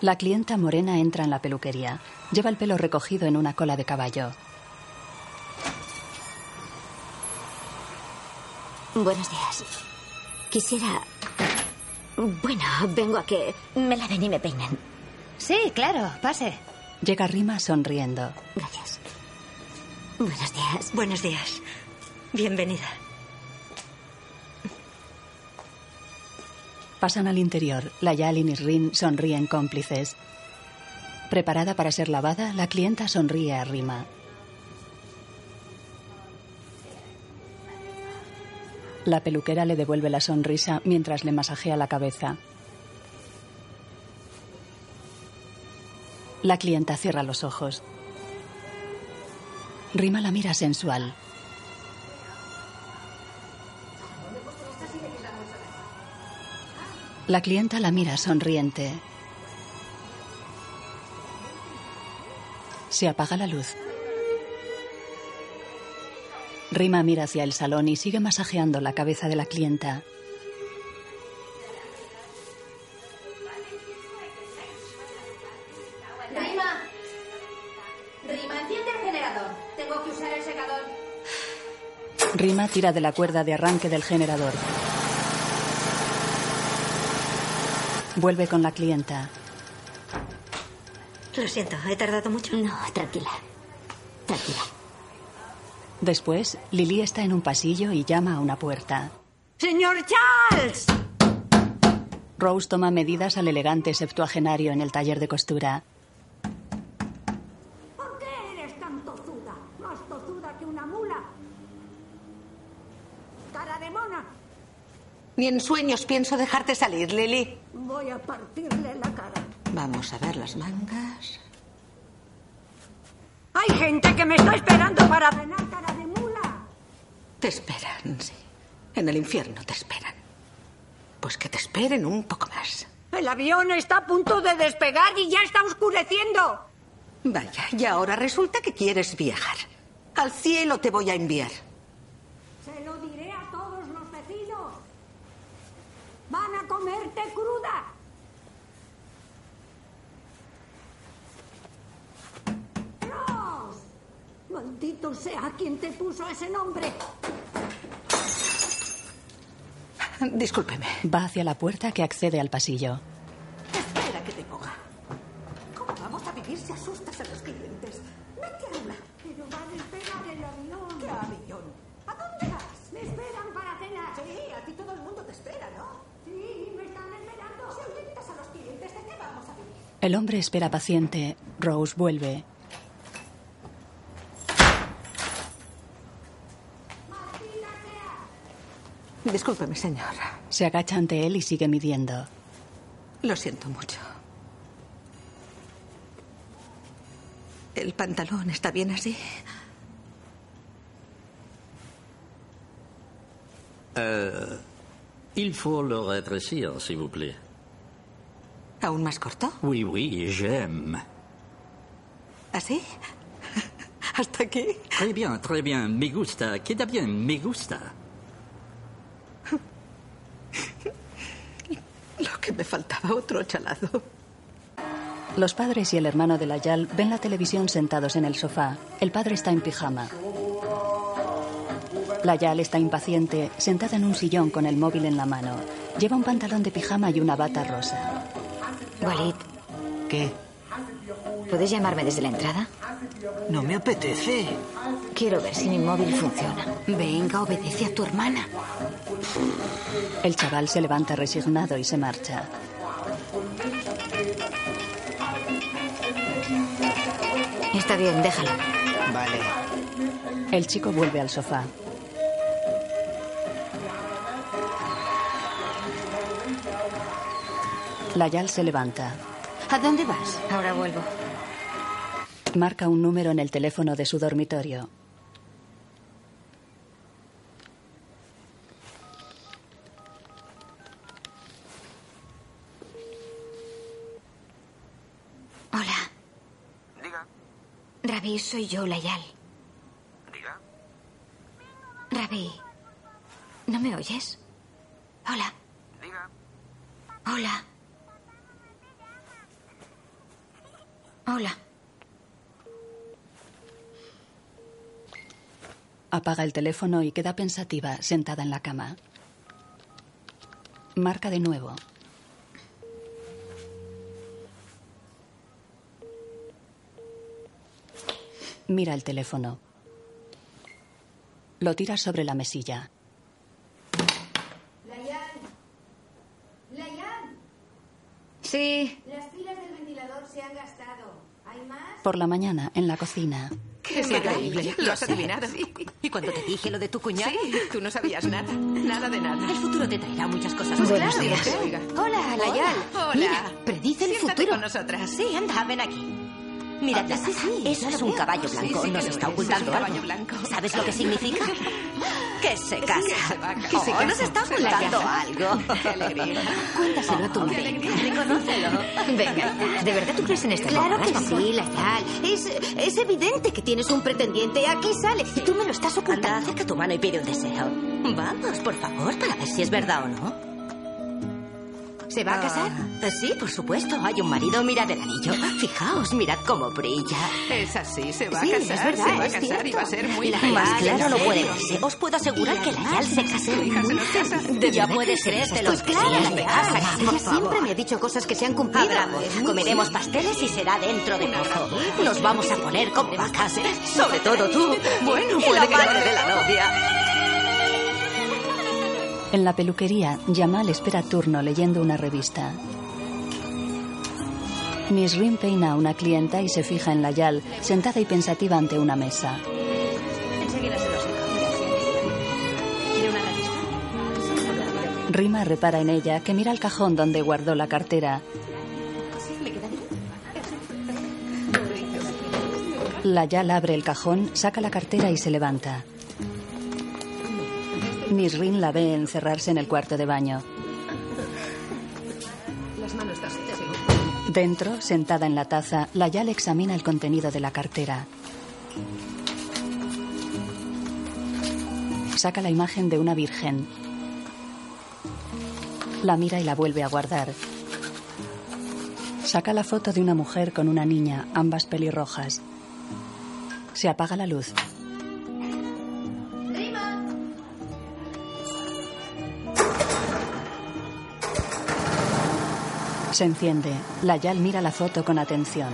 Speaker 2: La clienta morena entra en la peluquería. Lleva el pelo recogido en una cola de caballo.
Speaker 9: Buenos días. Quisiera... Bueno, vengo a que me laven y me peinen.
Speaker 21: Sí, claro, pase.
Speaker 2: Llega Rima sonriendo.
Speaker 9: Gracias. Buenos días.
Speaker 20: Buenos días. Bienvenida.
Speaker 2: Pasan al interior. La Yalin y Rin sonríen cómplices. Preparada para ser lavada, la clienta sonríe a Rima. La peluquera le devuelve la sonrisa mientras le masajea la cabeza. La clienta cierra los ojos. Rima la mira sensual. La clienta la mira sonriente. Se apaga la luz. Rima mira hacia el salón y sigue masajeando la cabeza de la clienta.
Speaker 22: Rima. Rima, enciende el generador. Tengo que usar el secador.
Speaker 2: Rima tira de la cuerda de arranque del generador. Vuelve con la clienta.
Speaker 20: Lo siento, he tardado mucho.
Speaker 9: No, tranquila. Tranquila.
Speaker 2: Después, Lily está en un pasillo y llama a una puerta.
Speaker 17: Señor Charles.
Speaker 2: Rose toma medidas al elegante septuagenario en el taller de costura.
Speaker 17: ¿Por qué eres tan tozuda? Más tozuda que una mula. cara de mona.
Speaker 9: Ni en sueños pienso dejarte salir, Lily.
Speaker 17: Voy a partirle la cara.
Speaker 9: Vamos a ver las mangas.
Speaker 17: Hay gente que me está esperando para cenar cara de mula.
Speaker 9: Te esperan, sí. En el infierno te esperan. Pues que te esperen un poco más.
Speaker 17: El avión está a punto de despegar y ya está oscureciendo.
Speaker 9: Vaya, y ahora resulta que quieres viajar. Al cielo te voy a enviar.
Speaker 17: Se lo diré a todos los vecinos. Van a comerte cruda. ¡Ros! Maldito sea quien te puso ese nombre.
Speaker 9: Discúlpeme.
Speaker 2: Va hacia la puerta que accede al pasillo.
Speaker 9: Espera que te coja. ¿Cómo vamos a vivir si asustas a los clientes? Vete a una.
Speaker 17: Pero van a esperar el avión.
Speaker 9: ¿Qué avión? ¿A dónde vas?
Speaker 17: Me esperan para cenar.
Speaker 9: Sí, a ti todo el mundo te espera, ¿no?
Speaker 17: Sí, me están esperando.
Speaker 9: Si ahuyentas a los clientes, ¿de qué vamos a vivir?
Speaker 2: El hombre espera paciente. Rose vuelve.
Speaker 9: Discúlpeme, señora.
Speaker 2: Se agacha ante él y sigue midiendo.
Speaker 9: Lo siento mucho. ¿El pantalón está bien así?
Speaker 14: Euh, il faut le rétrécir, s'il vous plaît.
Speaker 9: ¿Aún más corto?
Speaker 14: Oui, oui, j'aime.
Speaker 9: ¿Así? ¿Hasta aquí?
Speaker 14: Très bien, très bien. Me gusta. Queda bien. Me gusta.
Speaker 9: Lo que me faltaba, otro chalado.
Speaker 2: Los padres y el hermano de Layal ven la televisión sentados en el sofá. El padre está en pijama. Layal está impaciente, sentada en un sillón con el móvil en la mano. Lleva un pantalón de pijama y una bata rosa.
Speaker 3: Walid,
Speaker 23: ¿Qué?
Speaker 3: ¿puedes llamarme desde la entrada?
Speaker 23: No me apetece.
Speaker 3: Quiero ver si mi móvil funciona. Venga, obedece a tu hermana.
Speaker 2: El chaval se levanta resignado y se marcha.
Speaker 3: Está bien, déjalo.
Speaker 23: Vale.
Speaker 2: El chico vuelve al sofá. Layal se levanta.
Speaker 3: ¿A dónde vas? Ahora vuelvo.
Speaker 2: Marca un número en el teléfono de su dormitorio.
Speaker 3: Hola,
Speaker 24: Diga,
Speaker 3: Ravi, soy yo, Layal.
Speaker 24: diga.
Speaker 3: Ravi, ¿no me oyes? Hola.
Speaker 24: Diga.
Speaker 3: Hola. Hola.
Speaker 2: Apaga el teléfono y queda pensativa, sentada en la cama. Marca de nuevo. Mira el teléfono. Lo tira sobre la mesilla.
Speaker 25: Layan. Layan.
Speaker 3: Sí.
Speaker 25: Las pilas del ventilador se han gastado. ¿Hay más?
Speaker 2: Por la mañana, en la cocina.
Speaker 25: Qué maravilla.
Speaker 11: Lo has adivinado.
Speaker 3: ¿Y cuando te dije lo de tu cuñado?
Speaker 11: Sí, tú no sabías nada. Nada de nada.
Speaker 3: El futuro te traerá muchas cosas.
Speaker 11: Pues
Speaker 3: buenas.
Speaker 11: claro,
Speaker 3: días.
Speaker 11: oiga.
Speaker 3: Hola, Layal.
Speaker 11: Hola.
Speaker 3: Mira, predice el
Speaker 11: Siéntate
Speaker 3: futuro.
Speaker 11: con nosotras.
Speaker 3: Sí, anda, ven aquí. Mira,
Speaker 11: Ah,
Speaker 3: Tata, eso es un caballo blanco.
Speaker 11: Sí, sí que
Speaker 3: Nos
Speaker 11: lo
Speaker 3: está
Speaker 11: es, es un
Speaker 3: ocultando
Speaker 11: caballo
Speaker 3: algo.
Speaker 11: blanco.
Speaker 3: ¿Sabes lo que significa? Que se casa.
Speaker 11: Que se
Speaker 3: Oh,
Speaker 11: casa.
Speaker 3: Nos está
Speaker 11: Se la
Speaker 3: ocultando
Speaker 11: casa.
Speaker 3: algo.
Speaker 11: Qué alegría.
Speaker 3: Cuéntaselo a tu madre. Reconócelo. Venga, ¿de verdad tú crees en estas
Speaker 25: Claro que
Speaker 3: bobadas,
Speaker 25: sí,
Speaker 3: mamá?
Speaker 25: Layal. Es, es evidente que tienes un pretendiente. Aquí sale. Y tú me lo estás ocultando.
Speaker 3: Anda, acerca tu mano y pide un deseo. Vamos, por favor, para ver si es verdad o no.
Speaker 25: ¿Se va a casar?
Speaker 11: Ah.
Speaker 3: Eh, Sí, por supuesto. Hay un marido. Mirad el anillo. Fijaos, mirad cómo brilla.
Speaker 11: Es así, se va
Speaker 3: Sí,
Speaker 11: a
Speaker 3: es
Speaker 11: casar.
Speaker 3: verdad,
Speaker 11: se va a
Speaker 3: es
Speaker 11: casar y
Speaker 3: cierto.
Speaker 11: va a ser muy
Speaker 3: Y la-
Speaker 11: feliz.
Speaker 3: Más claro no
Speaker 11: Sí.
Speaker 3: puede verse. Os puedo asegurar que la Yal se casa
Speaker 11: tu hija se
Speaker 3: muy
Speaker 11: nos casa.
Speaker 3: feliz.
Speaker 11: De
Speaker 3: Ya
Speaker 11: verdad.
Speaker 3: puedes creértelo.
Speaker 25: Pues claro,
Speaker 3: Sí,
Speaker 25: Layal.
Speaker 3: se casa, por
Speaker 25: Ella siempre
Speaker 3: favor.
Speaker 25: me ha dicho cosas que se han cumplido.
Speaker 3: Hablamos,
Speaker 25: Es muy
Speaker 3: comeremos
Speaker 25: buena.
Speaker 3: pasteles y será dentro de poco. Nos vamos a poner como vacas, sobre todo tú.
Speaker 11: Bueno,
Speaker 3: Y
Speaker 11: puede
Speaker 3: la
Speaker 11: que no.
Speaker 3: madre de la novia.
Speaker 2: En la peluquería, Yamal espera turno leyendo una revista. Nisrin peina a una clienta y se fija en Layal, sentada y pensativa ante una mesa.
Speaker 3: Enseguida se los digo. Quiero una revista.
Speaker 2: Rima repara en ella, que mira al cajón donde guardó la cartera. La Yal abre el cajón, saca la cartera y se levanta. Nisrin la ve encerrarse en el cuarto de baño.
Speaker 13: Las manos
Speaker 2: Dentro, sentada en la taza, la Yal examina el contenido de la cartera. Saca la imagen de una virgen. La mira y la vuelve a guardar. Saca la foto de una mujer con una niña, ambas pelirrojas. Se apaga la luz. Se enciende. Layal mira la foto con atención.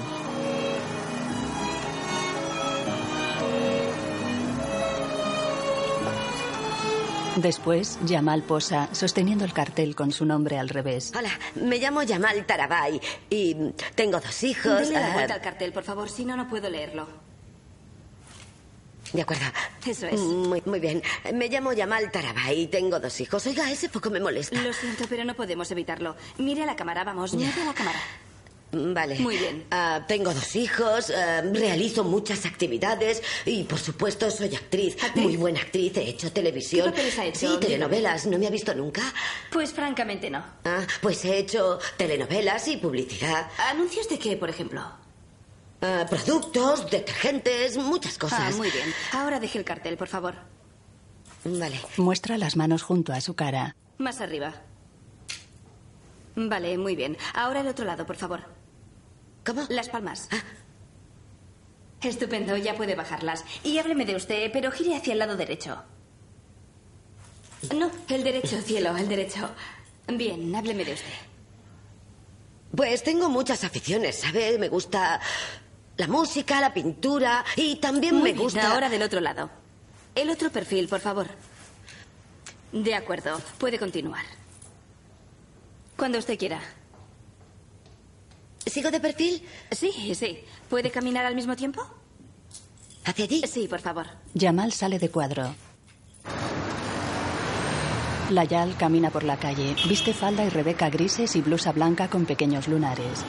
Speaker 2: Después, Yamal posa sosteniendo el cartel con su nombre al revés.
Speaker 4: Hola, me llamo Yamal Tarabay y tengo dos hijos.
Speaker 9: Dele la
Speaker 4: ah,
Speaker 9: vuelta al cartel, por favor, si no, no puedo leerlo.
Speaker 4: De acuerdo.
Speaker 9: Eso es.
Speaker 4: Muy, muy bien. Me llamo Yamal Tarabay y tengo dos hijos. Oiga, ese poco me molesta.
Speaker 9: Lo siento, pero no podemos evitarlo. Mire a la cámara, vamos, mire a la cámara.
Speaker 4: Vale.
Speaker 9: Muy bien.
Speaker 4: Ah, tengo dos hijos, ah, realizo muchas actividades y, por supuesto, soy actriz. Muy buena actriz, he hecho televisión.
Speaker 9: ¿Qué papeles ha hecho?
Speaker 4: Sí, telenovelas. ¿No me ha visto nunca?
Speaker 9: Pues francamente no.
Speaker 4: Ah, pues he hecho telenovelas y publicidad.
Speaker 9: ¿Anuncios de qué, por ejemplo?
Speaker 4: Ah, productos, detergentes, muchas cosas.
Speaker 9: Ah, muy bien. Ahora deje el cartel, por favor.
Speaker 4: Vale.
Speaker 2: Muestra las manos junto a su cara.
Speaker 9: Más arriba. Vale, muy bien. Ahora el otro lado, por favor.
Speaker 4: ¿Cómo? Ah.
Speaker 9: Las palmas. Estupendo, ya puede bajarlas. Y hábleme de usted, pero gire hacia el lado derecho. No, el derecho, cielo, el derecho. Bien, hábleme de usted.
Speaker 4: Pues tengo muchas aficiones, ¿sabes? Me gusta la música, la pintura y también
Speaker 9: Muy
Speaker 4: me
Speaker 9: bien,
Speaker 4: gusta.
Speaker 9: Ahora del otro lado. El otro perfil, por favor. De acuerdo, puede continuar. Cuando usted quiera.
Speaker 4: ¿Sigo de perfil?
Speaker 9: Sí, sí. ¿Puede caminar al mismo tiempo?
Speaker 4: ¿Hacia allí?
Speaker 9: Sí, por favor.
Speaker 2: Yamal sale de cuadro. Layal camina por la calle, viste falda y rebeca grises y blusa blanca con pequeños lunares.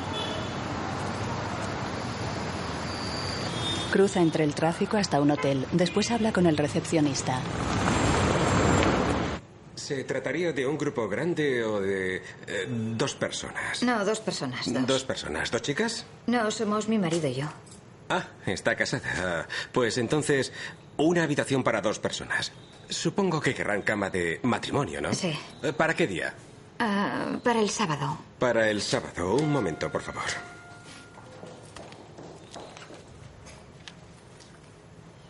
Speaker 2: Cruza entre el tráfico hasta un hotel, después habla con el recepcionista.
Speaker 15: ¿Se trataría de un grupo grande o de eh, dos personas?
Speaker 3: No, dos personas. Dos.
Speaker 15: Dos personas, dos chicas.
Speaker 3: No, somos mi marido y yo.
Speaker 15: Ah, está casada. Ah, Pues entonces, una habitación para dos personas. Supongo que querrán cama de matrimonio, ¿no?
Speaker 3: Sí.
Speaker 15: Eh, ¿Para qué día?
Speaker 3: Ah, para el sábado.
Speaker 15: Para el sábado. Un momento, por favor.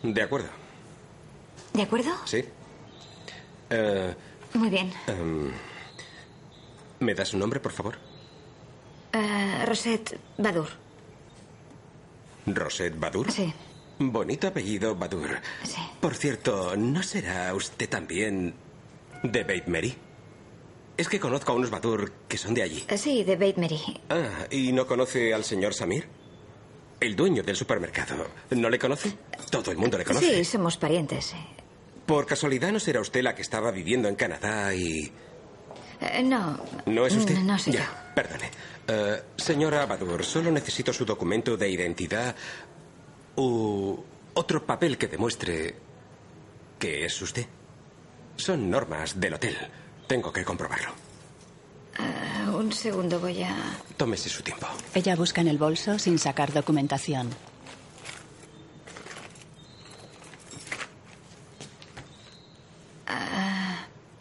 Speaker 15: De acuerdo,
Speaker 3: ¿De acuerdo?
Speaker 15: sí. Eh,
Speaker 3: Muy bien.
Speaker 15: em, ¿Me das un nombre, por favor?
Speaker 3: Ah, Rosette Badur.
Speaker 15: Rosette Badur.
Speaker 3: Sí.
Speaker 15: Bonito apellido, Badur. Por cierto, ¿no será usted también de Beit Mary? Es que conozco a unos Badur que son de allí.
Speaker 3: Ah, Sí, de Beit Mary.
Speaker 15: Ah, ¿y no conoce al señor Samir? El dueño del supermercado. ¿No le conoce? Todo el mundo le conoce.
Speaker 3: Sí, somos parientes. sí.
Speaker 15: Por casualidad, ¿no será usted la que estaba viviendo en Canadá y...
Speaker 3: Eh, no.
Speaker 15: ¿No es usted?
Speaker 3: No, no soy
Speaker 15: Ya, perdone. Eh, señora Badur, solo necesito su documento de identidad u otro papel que demuestre que es usted. Son normas del hotel. Tengo que comprobarlo.
Speaker 3: Ah, un segundo, voy a.
Speaker 15: Tómese su tiempo.
Speaker 2: Ella busca en el bolso sin sacar documentación.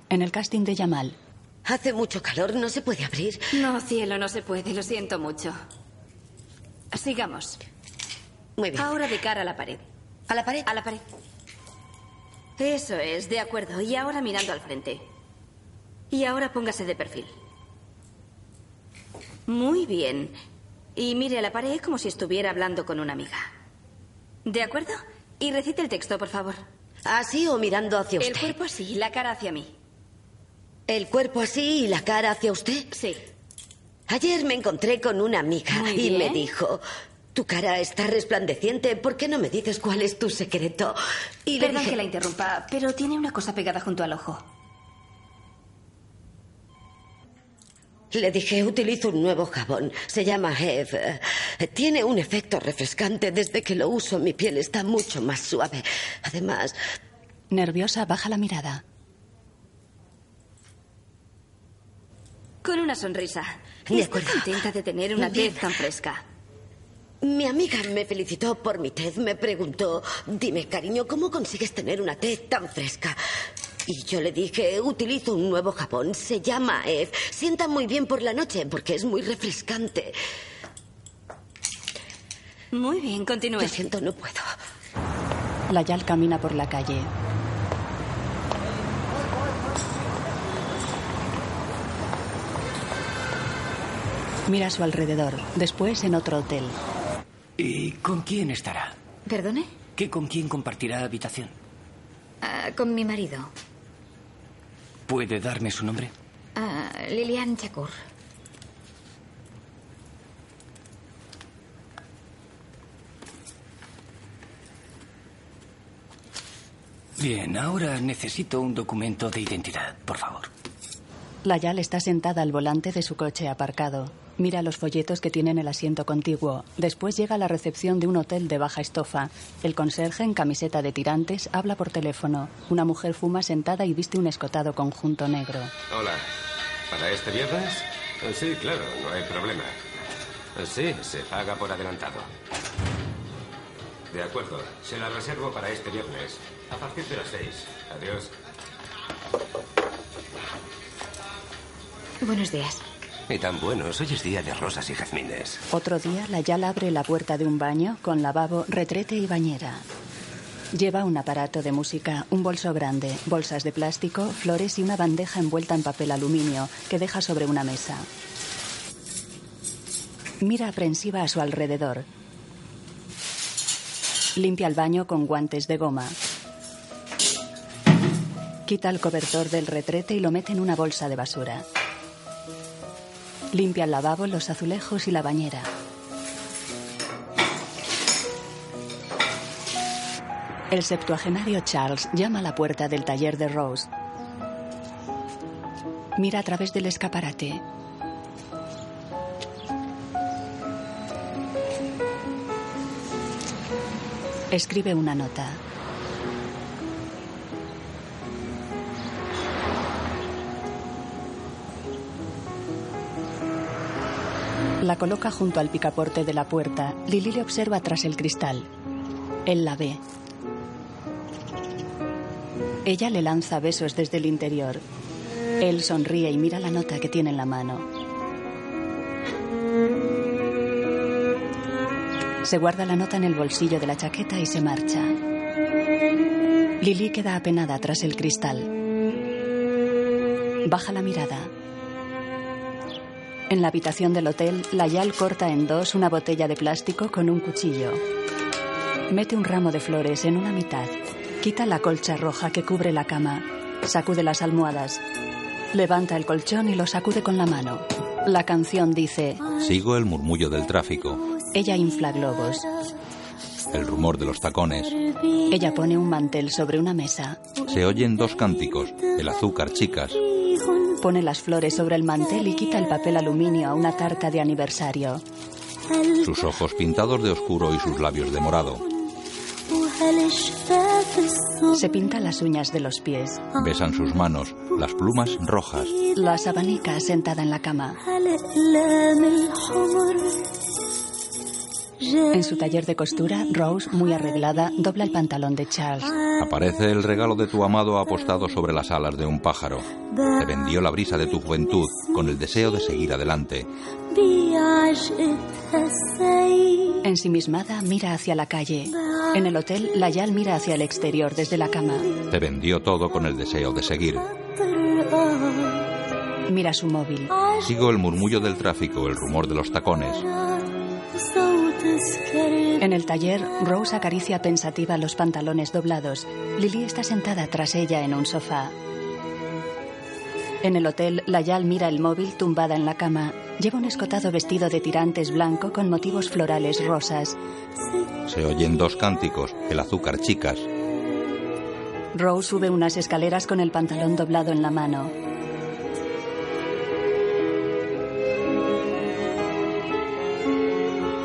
Speaker 2: En el casting de Yamal,
Speaker 4: Ah. Hace mucho calor, no se puede abrir.
Speaker 9: No, cielo, no se puede. Lo siento mucho. Sigamos.
Speaker 4: Muy bien.
Speaker 9: Ahora de cara a la pared.
Speaker 4: ¿A la pared?
Speaker 9: A la pared. Eso es, de acuerdo. Y ahora mirando al frente. Y ahora póngase de perfil. Muy bien. Y mire a la pared como si estuviera hablando con una amiga. ¿De acuerdo? Y recite el texto, por favor.
Speaker 4: ¿Así o mirando hacia
Speaker 9: El
Speaker 4: usted?
Speaker 9: cuerpo así, la cara hacia mí.
Speaker 4: ¿El cuerpo así y la cara hacia usted?
Speaker 9: Sí.
Speaker 4: Ayer me encontré con una amiga
Speaker 9: Muy
Speaker 4: y me
Speaker 9: bien.
Speaker 4: dijo, tu cara está resplandeciente, ¿por qué no me dices cuál es tu secreto? Y
Speaker 9: Perdón
Speaker 4: le dije,
Speaker 9: que la interrumpa, pero tiene una cosa pegada junto al ojo.
Speaker 4: Le dije, utilizo un nuevo jabón. Se llama Eve. Tiene un efecto refrescante. Desde que lo uso, mi piel está mucho más suave. Además,
Speaker 2: Nerviosa, baja la mirada.
Speaker 9: Con una sonrisa.
Speaker 4: De
Speaker 9: Estoy
Speaker 4: acuerdo.
Speaker 9: contenta de tener una
Speaker 4: Bien.
Speaker 9: tez tan fresca.
Speaker 4: mi amiga me felicitó por mi tez. Me preguntó, dime, cariño, ¿cómo consigues tener una tez tan fresca? Y yo le dije, utilizo un nuevo jabón. Se llama Eve. Sienta muy bien por la noche porque es muy refrescante.
Speaker 9: Muy bien, continúe.
Speaker 4: Lo siento, no puedo.
Speaker 2: Layal camina por la calle. Mira a su alrededor, después en otro hotel.
Speaker 7: ¿Y con quién estará?
Speaker 3: ¿Perdone?
Speaker 7: ¿Qué con quién compartirá habitación?
Speaker 3: Ah, con mi marido,
Speaker 7: ¿Puede darme su nombre?
Speaker 3: Ah, Lilian Chakur.
Speaker 7: Bien, ahora necesito un documento de identidad, por favor.
Speaker 2: Layal está sentada al volante de su coche aparcado. Mira los folletos que tienen el asiento contiguo. Después llega a la recepción de un hotel de baja estofa. El conserje en camiseta de tirantes habla por teléfono. Una mujer fuma sentada y viste un escotado conjunto negro.
Speaker 15: Hola. ¿Para este viernes? Eh, Sí, claro, no hay problema. Eh, Sí, se paga por adelantado. De acuerdo, se la reservo para este viernes, a partir de las seis. Adiós.
Speaker 3: Buenos días.
Speaker 15: Y tan buenos, hoy es día de rosas y jazmines.
Speaker 2: Otro día, Layal abre la puerta de un baño con lavabo, retrete y bañera. Lleva un aparato de música, un bolso grande, bolsas de plástico, flores y una bandeja envuelta en papel aluminio que deja sobre una mesa. Mira aprensiva a su alrededor. Limpia el baño con guantes de goma. Quita el cobertor del retrete y lo mete en una bolsa de basura. Limpia el lavabo, los azulejos y la bañera. El septuagenario Charles llama a la puerta del taller de Rose. Mira a través del escaparate. Escribe una nota. La coloca junto al picaporte de la puerta. Lily le observa tras el cristal. Él la ve. Ella le lanza besos desde el interior. Él sonríe y mira la nota que tiene en la mano. Se guarda la nota en el bolsillo de la chaqueta y se marcha. Lily queda apenada tras el cristal. Baja la mirada. En la habitación del hotel, Layal corta en dos una botella de plástico con un cuchillo. Mete un ramo de flores en una mitad. Quita la colcha roja que cubre la cama. Sacude las almohadas. Levanta el colchón y lo sacude con la mano. La canción dice,
Speaker 1: Sigo el murmullo del tráfico,
Speaker 2: ella infla globos.
Speaker 1: el rumor de los tacones.
Speaker 2: Ella pone un mantel sobre una mesa.
Speaker 1: Se oyen dos cánticos, el azúcar, chicas.
Speaker 2: Pone las flores sobre el mantel y quita el papel aluminio a una tarta de aniversario.
Speaker 1: Sus ojos pintados de oscuro y sus labios de morado.
Speaker 2: Se pinta las uñas de los pies.
Speaker 1: Besan sus manos, las plumas rojas.
Speaker 2: Las abanica sentada en la cama. En su taller de costura, Rose, muy arreglada, dobla el pantalón de Charles.
Speaker 1: Aparece el regalo de tu amado apostado sobre las alas de un pájaro. Te vendió la brisa de tu juventud con el deseo de seguir adelante.
Speaker 2: Ensimismada, mira hacia la calle. En el hotel, Layal mira hacia el exterior desde la cama.
Speaker 1: Te vendió todo con el deseo de seguir.
Speaker 2: Mira su móvil.
Speaker 1: Sigo el murmullo del tráfico, el rumor de los tacones.
Speaker 2: En el taller, Rose acaricia pensativa los pantalones doblados. Lily está sentada tras ella en un sofá. En el hotel, Layal mira el móvil tumbada en la cama. Lleva un escotado vestido de tirantes blanco con motivos florales rosas.
Speaker 1: Se oyen dos cánticos, el azúcar, chicas.
Speaker 2: Rose sube unas escaleras con el pantalón doblado en la mano.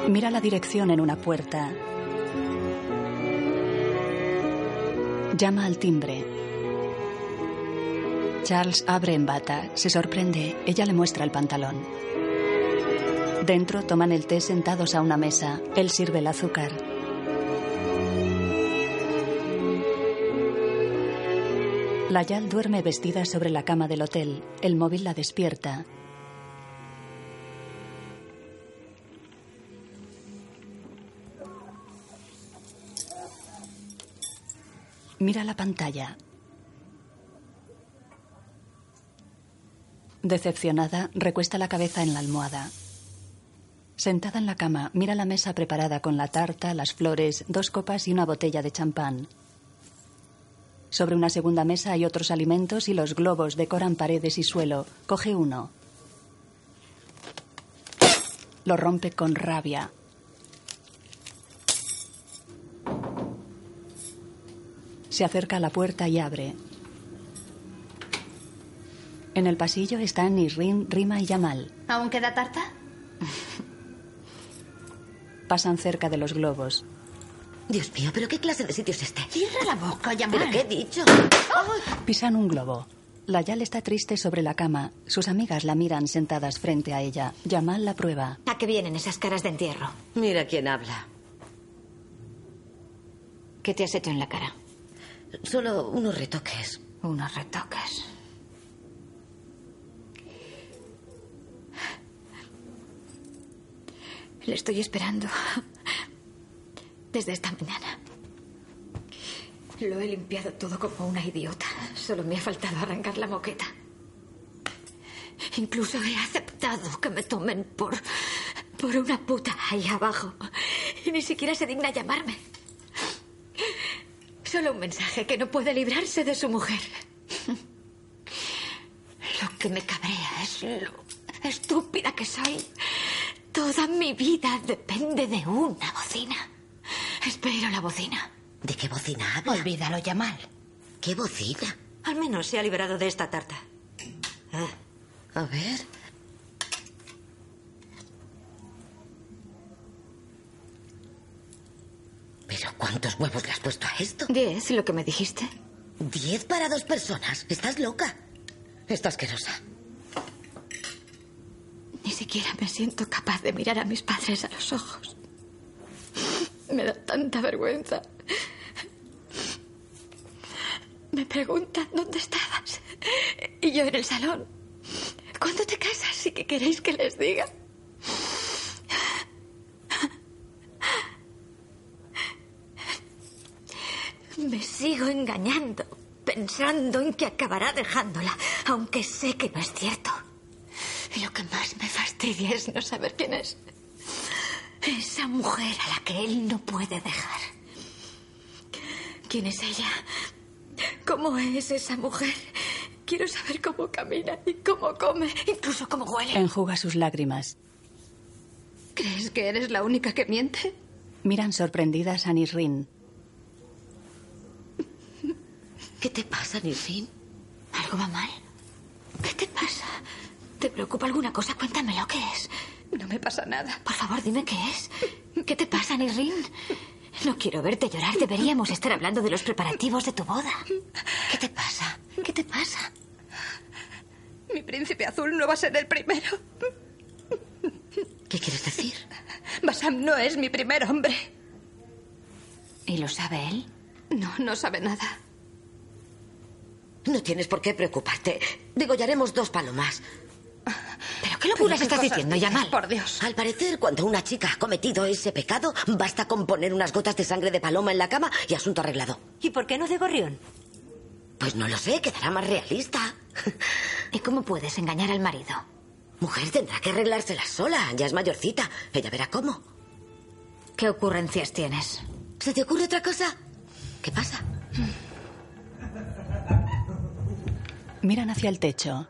Speaker 2: Mira la dirección en una puerta. Llama al timbre. Charles abre en bata, se sorprende, ella le muestra el pantalón. Dentro toman el té sentados a una mesa, él sirve el azúcar. Layal duerme vestida sobre la cama del hotel, el móvil la despierta. Mira la pantalla. Decepcionada, recuesta la cabeza en la almohada. Sentada en la cama, mira la mesa preparada con la tarta, las flores, dos copas y una botella de champán. Sobre una segunda mesa hay otros alimentos y los globos decoran paredes y suelo. Coge uno. Lo rompe con rabia. Se acerca a la puerta y abre. En el pasillo están Irrin, Rima y Yamal.
Speaker 26: ¿Aún queda tarta?
Speaker 2: Pasan cerca de los globos.
Speaker 27: Dios mío, ¿pero qué clase de sitio es este?
Speaker 26: Cierra la boca, Yamal.
Speaker 27: ¿Pero qué he dicho?
Speaker 2: Pisan un globo. Layal está triste sobre la cama. Sus amigas la miran sentadas frente a ella. Yamal la prueba.
Speaker 3: ¿A qué vienen esas caras de entierro?
Speaker 27: Mira quién habla.
Speaker 3: ¿Qué te has hecho en la cara?
Speaker 27: Solo unos retoques.
Speaker 3: Unos retoques. Le estoy esperando desde esta mañana. Lo he limpiado todo como una idiota. Solo me ha faltado arrancar la moqueta. Incluso he aceptado que me tomen por. por una puta ahí abajo. Y ni siquiera se digna llamarme. Solo un mensaje que no puede librarse de su mujer. Lo que me cabrea es lo estúpida que soy. Toda mi vida depende de una bocina. Espero la bocina.
Speaker 27: ¿De qué bocina habla?
Speaker 3: Olvídalo, Yamal.
Speaker 27: ¿Qué bocina?
Speaker 9: Al menos se ha liberado de esta tarta. Ah.
Speaker 27: A ver. ¿Pero cuántos huevos le has puesto a esto?
Speaker 3: Diez, lo que me dijiste.
Speaker 27: ¿Diez para dos personas? ¿Estás loca? Está asquerosa.
Speaker 3: Ni siquiera me siento capaz de mirar a mis padres a los ojos. Me da tanta vergüenza. Me preguntan dónde estabas. Y yo en el salón. ¿Cuándo te casas y qué queréis que les diga? Me sigo engañando, pensando en que acabará dejándola, aunque sé que no es cierto. Y lo que más me fastidia es no saber quién es. Esa mujer a la que él no puede dejar. ¿Quién es ella? ¿Cómo es esa mujer? Quiero saber cómo camina y cómo come, incluso cómo huele.
Speaker 2: Enjuga sus lágrimas.
Speaker 3: ¿Crees que eres la única que miente?
Speaker 2: Miran sorprendidas a Nisrin.
Speaker 27: ¿Qué te pasa, Nisrin?
Speaker 3: ¿Algo va mal? ¿Qué te pasa? ¿Te preocupa alguna cosa? Cuéntame lo que es.
Speaker 26: No me pasa nada.
Speaker 3: Por favor, dime qué es. ¿Qué te pasa, Nisrin? No quiero verte llorar. Deberíamos estar hablando de los preparativos de tu boda. ¿Qué te pasa? ¿Qué te pasa?
Speaker 26: Mi príncipe azul no va a ser el primero.
Speaker 27: ¿Qué quieres decir?
Speaker 26: Basam no es mi primer hombre.
Speaker 3: ¿Y lo sabe él?
Speaker 26: No, no sabe nada.
Speaker 27: No tienes por qué preocuparte. Degollaremos dos palomas.
Speaker 3: ¿Pero qué locuras estás diciendo, Yamal?
Speaker 26: Por Dios.
Speaker 27: Al parecer, cuando una chica ha cometido ese pecado, basta con poner unas gotas de sangre de paloma en la cama y asunto arreglado.
Speaker 3: ¿Y por qué no de gorrión?
Speaker 27: Pues no lo sé, quedará más realista.
Speaker 3: ¿Y cómo puedes engañar al marido?
Speaker 27: Mujer tendrá que arreglársela sola, ya es mayorcita. Ella verá cómo.
Speaker 3: ¿Qué ocurrencias tienes?
Speaker 27: ¿Se te ocurre otra cosa? ¿Qué pasa?
Speaker 2: Miran hacia el techo.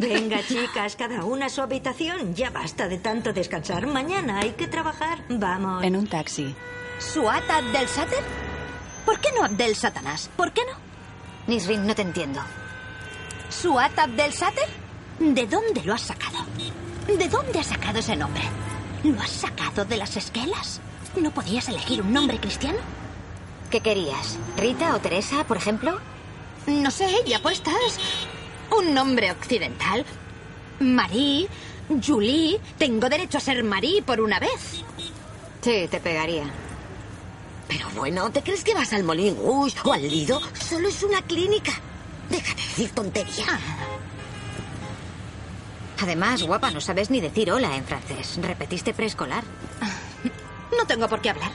Speaker 9: Venga, chicas, cada una a su habitación. Ya basta de tanto descansar. Mañana hay que trabajar. Vamos.
Speaker 2: En un taxi.
Speaker 25: ¿Suat Abdel Sater? ¿Por qué no Abdel Satanás? ¿Por qué no?
Speaker 3: Nisrin, no te entiendo. ¿Suat Abdel Sater? ¿De dónde lo has sacado? ¿De dónde has sacado ese nombre? ¿Lo has sacado de las esquelas? ¿No podías elegir un nombre cristiano? ¿Qué querías? ¿Rita o Teresa, por ejemplo?
Speaker 9: No sé, ¿y apuestas? Un nombre occidental. Marie, Julie. Tengo derecho a ser Marie por una vez.
Speaker 3: Sí, te pegaría.
Speaker 4: Pero bueno, ¿te crees que vas al Molin Rouge o al Lido? Solo es una clínica. Deja de decir tonterías.
Speaker 3: Además, guapa, no sabes ni decir hola en francés. Repetiste preescolar.
Speaker 9: No tengo por qué hablar.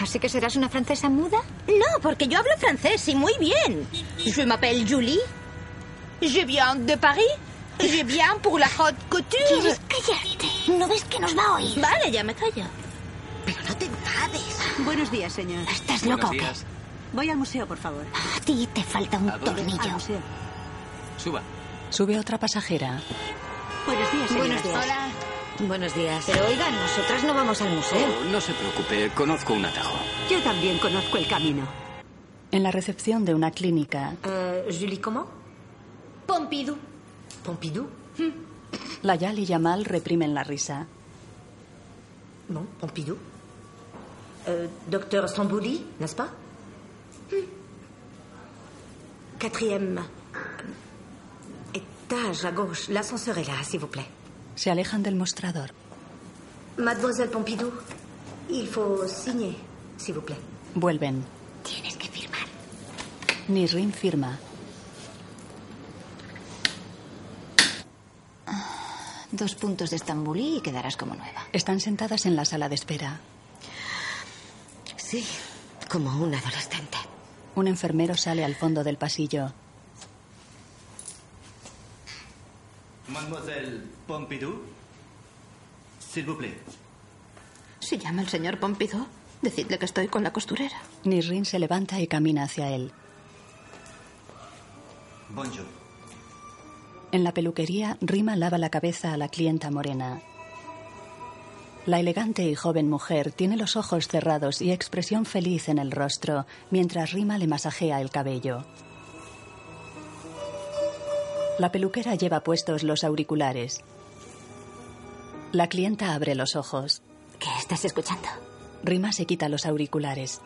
Speaker 3: ¿Así que serás una francesa muda?
Speaker 9: No, porque yo hablo francés y muy bien. Je m'appelle Julie. Je viens de Paris. Je viens pour la haute couture.
Speaker 8: ¿Quieres callarte? ¿No ves que nos va a oír?
Speaker 9: Vale, ya me callo.
Speaker 6: Buenos días, señor.
Speaker 8: ¿Estás loco o qué? Ah.
Speaker 6: Voy al museo, por favor.
Speaker 8: A ti te falta un tornillo.
Speaker 2: Suba. Sube otra pasajera.
Speaker 6: Buenos días,
Speaker 3: Buenos
Speaker 6: señoras.
Speaker 3: días. Hola.
Speaker 6: Buenos días.
Speaker 3: Pero oigan, nosotras no vamos al museo.
Speaker 7: Oh, no se preocupe, conozco un atajo.
Speaker 6: Yo también conozco el camino.
Speaker 2: En la recepción de una clínica,
Speaker 8: Eh,
Speaker 6: Julie, ¿cómo?
Speaker 28: Pompidou.
Speaker 6: ¿Pompidou?
Speaker 2: Layal y Hmm. Yamal reprimen la risa.
Speaker 6: No, Pompidou. Euh, docteur Stambouli, n'est-ce pas Hmm. Quatrième euh, étage à gauche. L'ascenseur est là, s'il vous plaît.
Speaker 2: Se alejan del mostrador.
Speaker 6: Mademoiselle Pompidou, il faut signer, s'il vous plaît.
Speaker 2: Vuelven.
Speaker 6: Tienes que firmar.
Speaker 2: Nisrin firma.
Speaker 3: Dos puntos de Estambulí y quedarás como nueva.
Speaker 2: Están sentadas en la sala de espera.
Speaker 29: Sí, como un adolescente.
Speaker 2: Un enfermero sale al fondo del pasillo.
Speaker 26: Mademoiselle Pompidou, s'il vous plaît.
Speaker 9: Si llama el señor Pompidou, decidle que estoy con la costurera.
Speaker 2: Nisrin se levanta y camina hacia él.
Speaker 26: Bonjour.
Speaker 2: En la peluquería, Rima lava la cabeza a la clienta morena. La elegante y joven mujer tiene los ojos cerrados y expresión feliz en el rostro, mientras Rima le masajea el cabello. La peluquera lleva puestos los auriculares. La clienta abre los ojos.
Speaker 3: ¿Qué estás escuchando?
Speaker 2: Rima se quita los auriculares.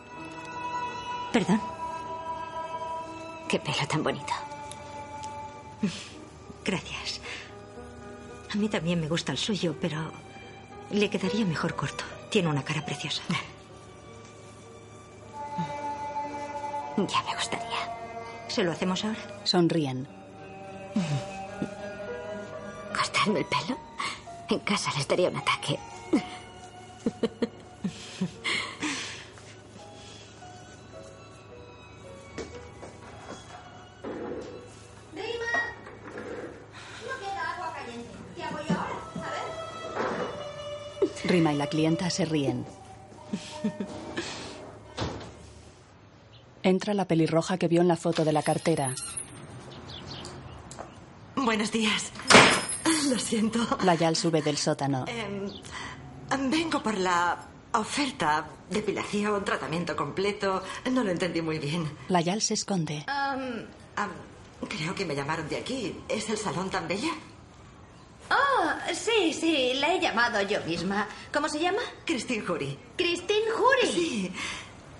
Speaker 3: Perdón. Qué pelo tan bonito.
Speaker 6: Gracias. A mí también me gusta el suyo, pero le quedaría mejor corto. Tiene una cara preciosa.
Speaker 3: Ya me gustaría.
Speaker 6: ¿Se lo hacemos ahora?
Speaker 2: Sonríen.
Speaker 3: ¿Cortarme el pelo? En casa les daría un ataque.
Speaker 2: Rima y la clienta se ríen. Entra la pelirroja que vio en la foto de la cartera.
Speaker 6: Buenos días. Lo siento.
Speaker 2: Layal sube del
Speaker 9: Ah.
Speaker 2: sótano.
Speaker 6: Em, vengo por la oferta. Depilación, tratamiento completo. No lo entendí muy bien.
Speaker 2: Layal se esconde.
Speaker 6: Am, creo que me llamaron de aquí. ¿Es el salón tan bella?
Speaker 9: Oh, sí, sí, la he llamado yo misma. ¿Cómo se llama?
Speaker 6: Christine Jury.
Speaker 9: Christine Jury.
Speaker 6: Sí.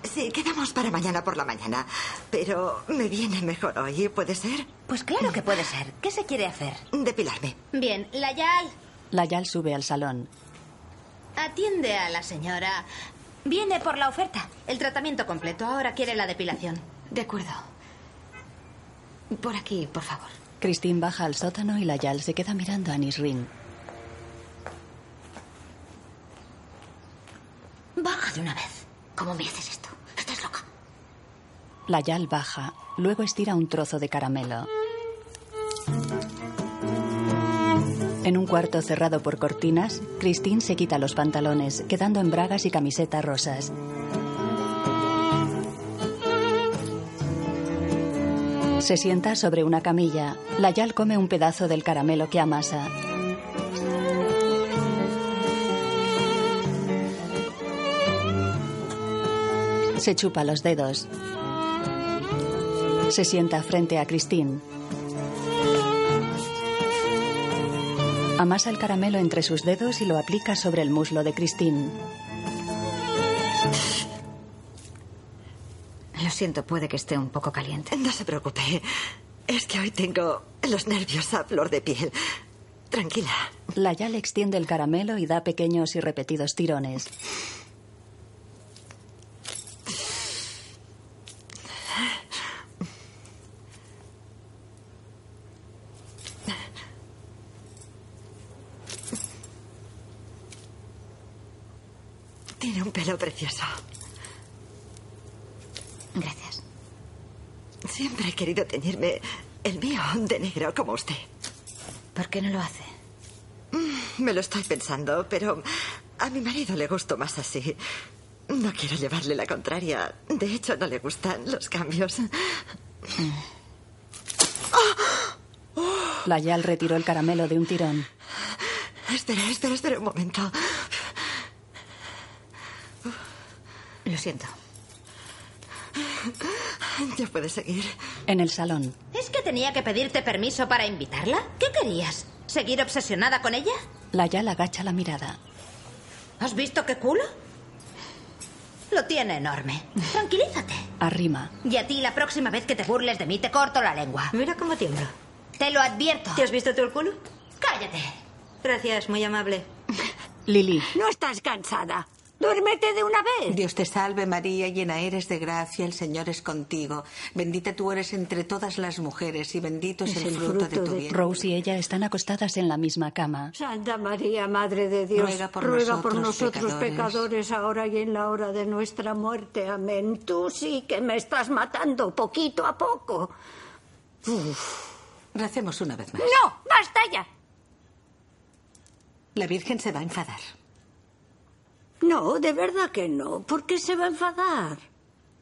Speaker 6: Sí, quedamos para mañana por la mañana. Pero me viene mejor hoy, ¿puede ser?
Speaker 3: Pues claro que puede ser. ¿Qué se quiere hacer?
Speaker 6: Depilarme.
Speaker 9: Bien, Layal,
Speaker 2: Layal sube al salón.
Speaker 9: atiende a la señora. Viene por la oferta. El tratamiento completo. Ahora quiere la depilación.
Speaker 3: De acuerdo. Por aquí, por favor.
Speaker 2: Christine baja al sótano y Layal se queda mirando a Nisrin.
Speaker 3: Baja de una vez. ¿Cómo me haces esto? Estás loca.
Speaker 2: Layal baja, luego estira un trozo de caramelo. En un cuarto cerrado por cortinas, Christine se quita los pantalones, quedando en bragas y camiseta rosas. Se sienta sobre una camilla. Layal come un pedazo del caramelo que amasa. Se chupa los dedos. Se sienta frente a Christine. Amasa el caramelo entre sus dedos y lo aplica sobre el muslo de Christine.
Speaker 3: Lo siento, puede que esté un poco caliente.
Speaker 6: No se preocupe. Es que hoy tengo los nervios a flor de piel. Tranquila.
Speaker 2: Layal extiende el caramelo y da pequeños y repetidos tirones.
Speaker 6: Tiene un pelo precioso.
Speaker 3: Gracias.
Speaker 6: Siempre he querido teñirme el mío de negro como usted.
Speaker 3: ¿Por qué no lo hace?
Speaker 6: Mm, Me lo estoy pensando, pero a mi marido le gusto más así. No quiero llevarle la contraria. De hecho, no le gustan los cambios.
Speaker 2: Layal retiró el caramelo de un tirón.
Speaker 6: Espera, espera, espera un momento.
Speaker 3: Lo siento.
Speaker 6: Ya puede seguir.
Speaker 2: En el salón,
Speaker 26: ¿Es que tenía que pedirte permiso para invitarla? ¿Qué querías? ¿Seguir obsesionada con ella?
Speaker 2: Layal agacha la mirada.
Speaker 26: ¿Has visto qué culo? Lo tiene enorme. Tranquilízate.
Speaker 2: Arrima.
Speaker 26: Y a ti, la próxima vez que te burles de mí, te corto la lengua.
Speaker 3: Mira cómo tiemblo.
Speaker 26: Te lo advierto.
Speaker 3: ¿Te has visto tú el culo?
Speaker 26: Cállate.
Speaker 3: Gracias, muy amable.
Speaker 2: Lili.
Speaker 17: No estás cansada. Duérmete de una vez.
Speaker 9: Dios te salve María, llena eres de gracia, el Señor es contigo. Bendita tú eres entre todas las mujeres y bendito es, el, fruto, de tu vientre.
Speaker 2: Rose y ella están acostadas en la misma cama.
Speaker 17: Santa María, Madre de Dios,
Speaker 9: Ruega por
Speaker 17: por
Speaker 9: nosotros,
Speaker 17: nosotros pecadores, ahora y en la hora de nuestra muerte. Amén. Tú sí que me estás matando poquito a poco.
Speaker 9: Recemos una vez más.
Speaker 17: No, basta ya.
Speaker 9: La Virgen se va a enfadar.
Speaker 17: No, Oh, de verdad que no. ¿Por qué se va a enfadar?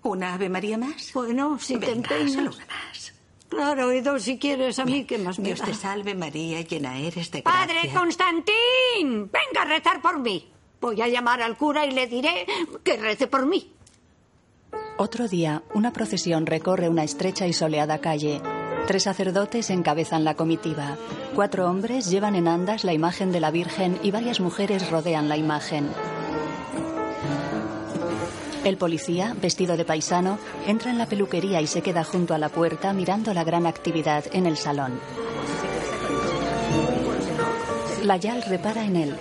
Speaker 9: ¿Una Ave María más?
Speaker 17: Bueno, si te
Speaker 9: Venga,
Speaker 17: empeñas.
Speaker 9: solo una más.
Speaker 17: Claro, y dos si quieres, a mí que más me
Speaker 9: Dios
Speaker 17: da?
Speaker 9: te salve María, llena eres de gracia.
Speaker 17: Padre Constantín, venga a rezar por mí. Voy a llamar al cura y le diré que rece por mí.
Speaker 2: Otro día, una procesión recorre una estrecha y soleada calle. Tres sacerdotes encabezan la comitiva. Cuatro hombres llevan en andas la imagen de la Virgen y varias mujeres rodean la imagen. El policía, vestido de paisano, entra en la peluquería y se queda junto a la puerta mirando la gran actividad en el salón. Layal repara en él.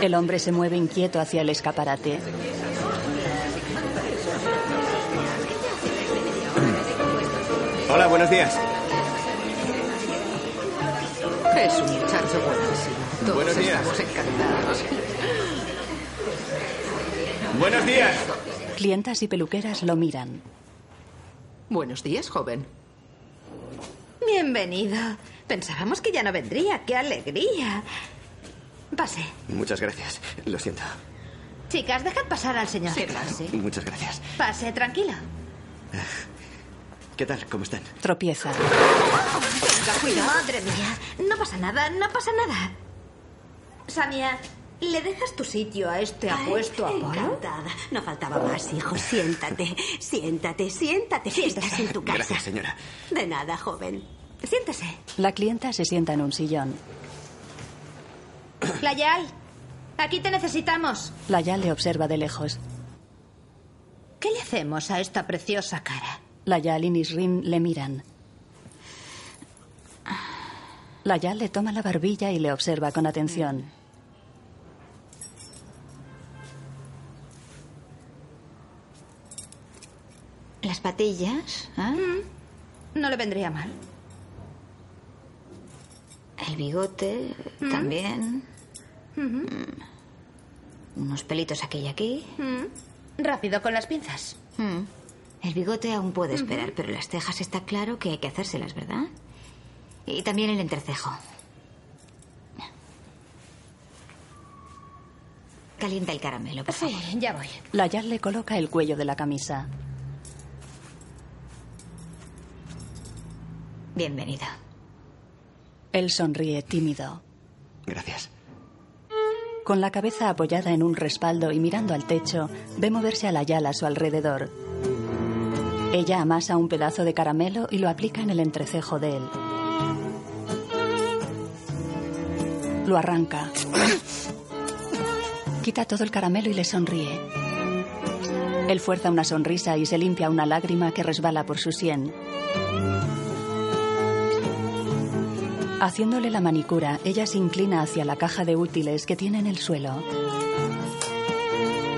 Speaker 2: El hombre se mueve inquieto hacia el escaparate.
Speaker 7: Hola, buenos días.
Speaker 11: Es un muchacho buenísimo. Todos
Speaker 7: Buenos días.
Speaker 11: estamos encantados.
Speaker 7: Buenos días.
Speaker 2: Clientas y peluqueras lo miran.
Speaker 11: Buenos días, joven.
Speaker 26: Bienvenido. Pensábamos que ya no vendría. ¡Qué alegría! Pase.
Speaker 7: Muchas gracias. Lo siento.
Speaker 26: Chicas, dejad pasar al señor.
Speaker 7: Muchas gracias.
Speaker 26: Pase, tranquilo.
Speaker 7: ¿Qué tal? ¿Cómo están?
Speaker 2: Tropieza.
Speaker 26: Madre mía, no pasa nada, no pasa nada. Samia, ¿le dejas tu sitio a este apuesto Apolo?
Speaker 10: Encantada. No faltaba más, hijo. Siéntate, siéntate, siéntate. Estás en tu casa.
Speaker 7: Gracias, señora.
Speaker 10: De nada, joven.
Speaker 26: Siéntese.
Speaker 2: La clienta se sienta en un sillón.
Speaker 26: Layal, aquí te necesitamos.
Speaker 2: Layal le observa de lejos.
Speaker 26: ¿Qué le hacemos a esta preciosa cara?
Speaker 2: Layal y Nisrin le miran. Layal le toma la barbilla y le observa con atención.
Speaker 3: Las patillas, ¿Ah?
Speaker 26: Mm, No le vendría mal.
Speaker 3: el bigote,
Speaker 26: Mm.
Speaker 3: también. Mm.
Speaker 26: Ujú.
Speaker 3: Unos pelitos aquí y aquí.
Speaker 26: Mm, Rápido con las pinzas. Mm-hmm.
Speaker 3: Mm. El bigote aún puede esperar, pero las cejas está claro que hay que hacérselas, ¿verdad? Y también el entrecejo. Calienta el caramelo, por favor.
Speaker 26: Sí, Mm, ya voy.
Speaker 2: Layal le coloca el cuello de la camisa.
Speaker 3: Bienvenida.
Speaker 2: Él sonríe tímido.
Speaker 7: Gracias.
Speaker 2: Con la cabeza apoyada en un respaldo y mirando al techo, ve moverse a Layal a su alrededor. Ella amasa un pedazo de caramelo y lo aplica en el entrecejo de él. Lo arranca. Quita todo el caramelo y le sonríe. Él fuerza una sonrisa y se limpia una lágrima que resbala por su sien. Haciéndole la manicura, ella se inclina hacia la caja de útiles que tiene en el suelo.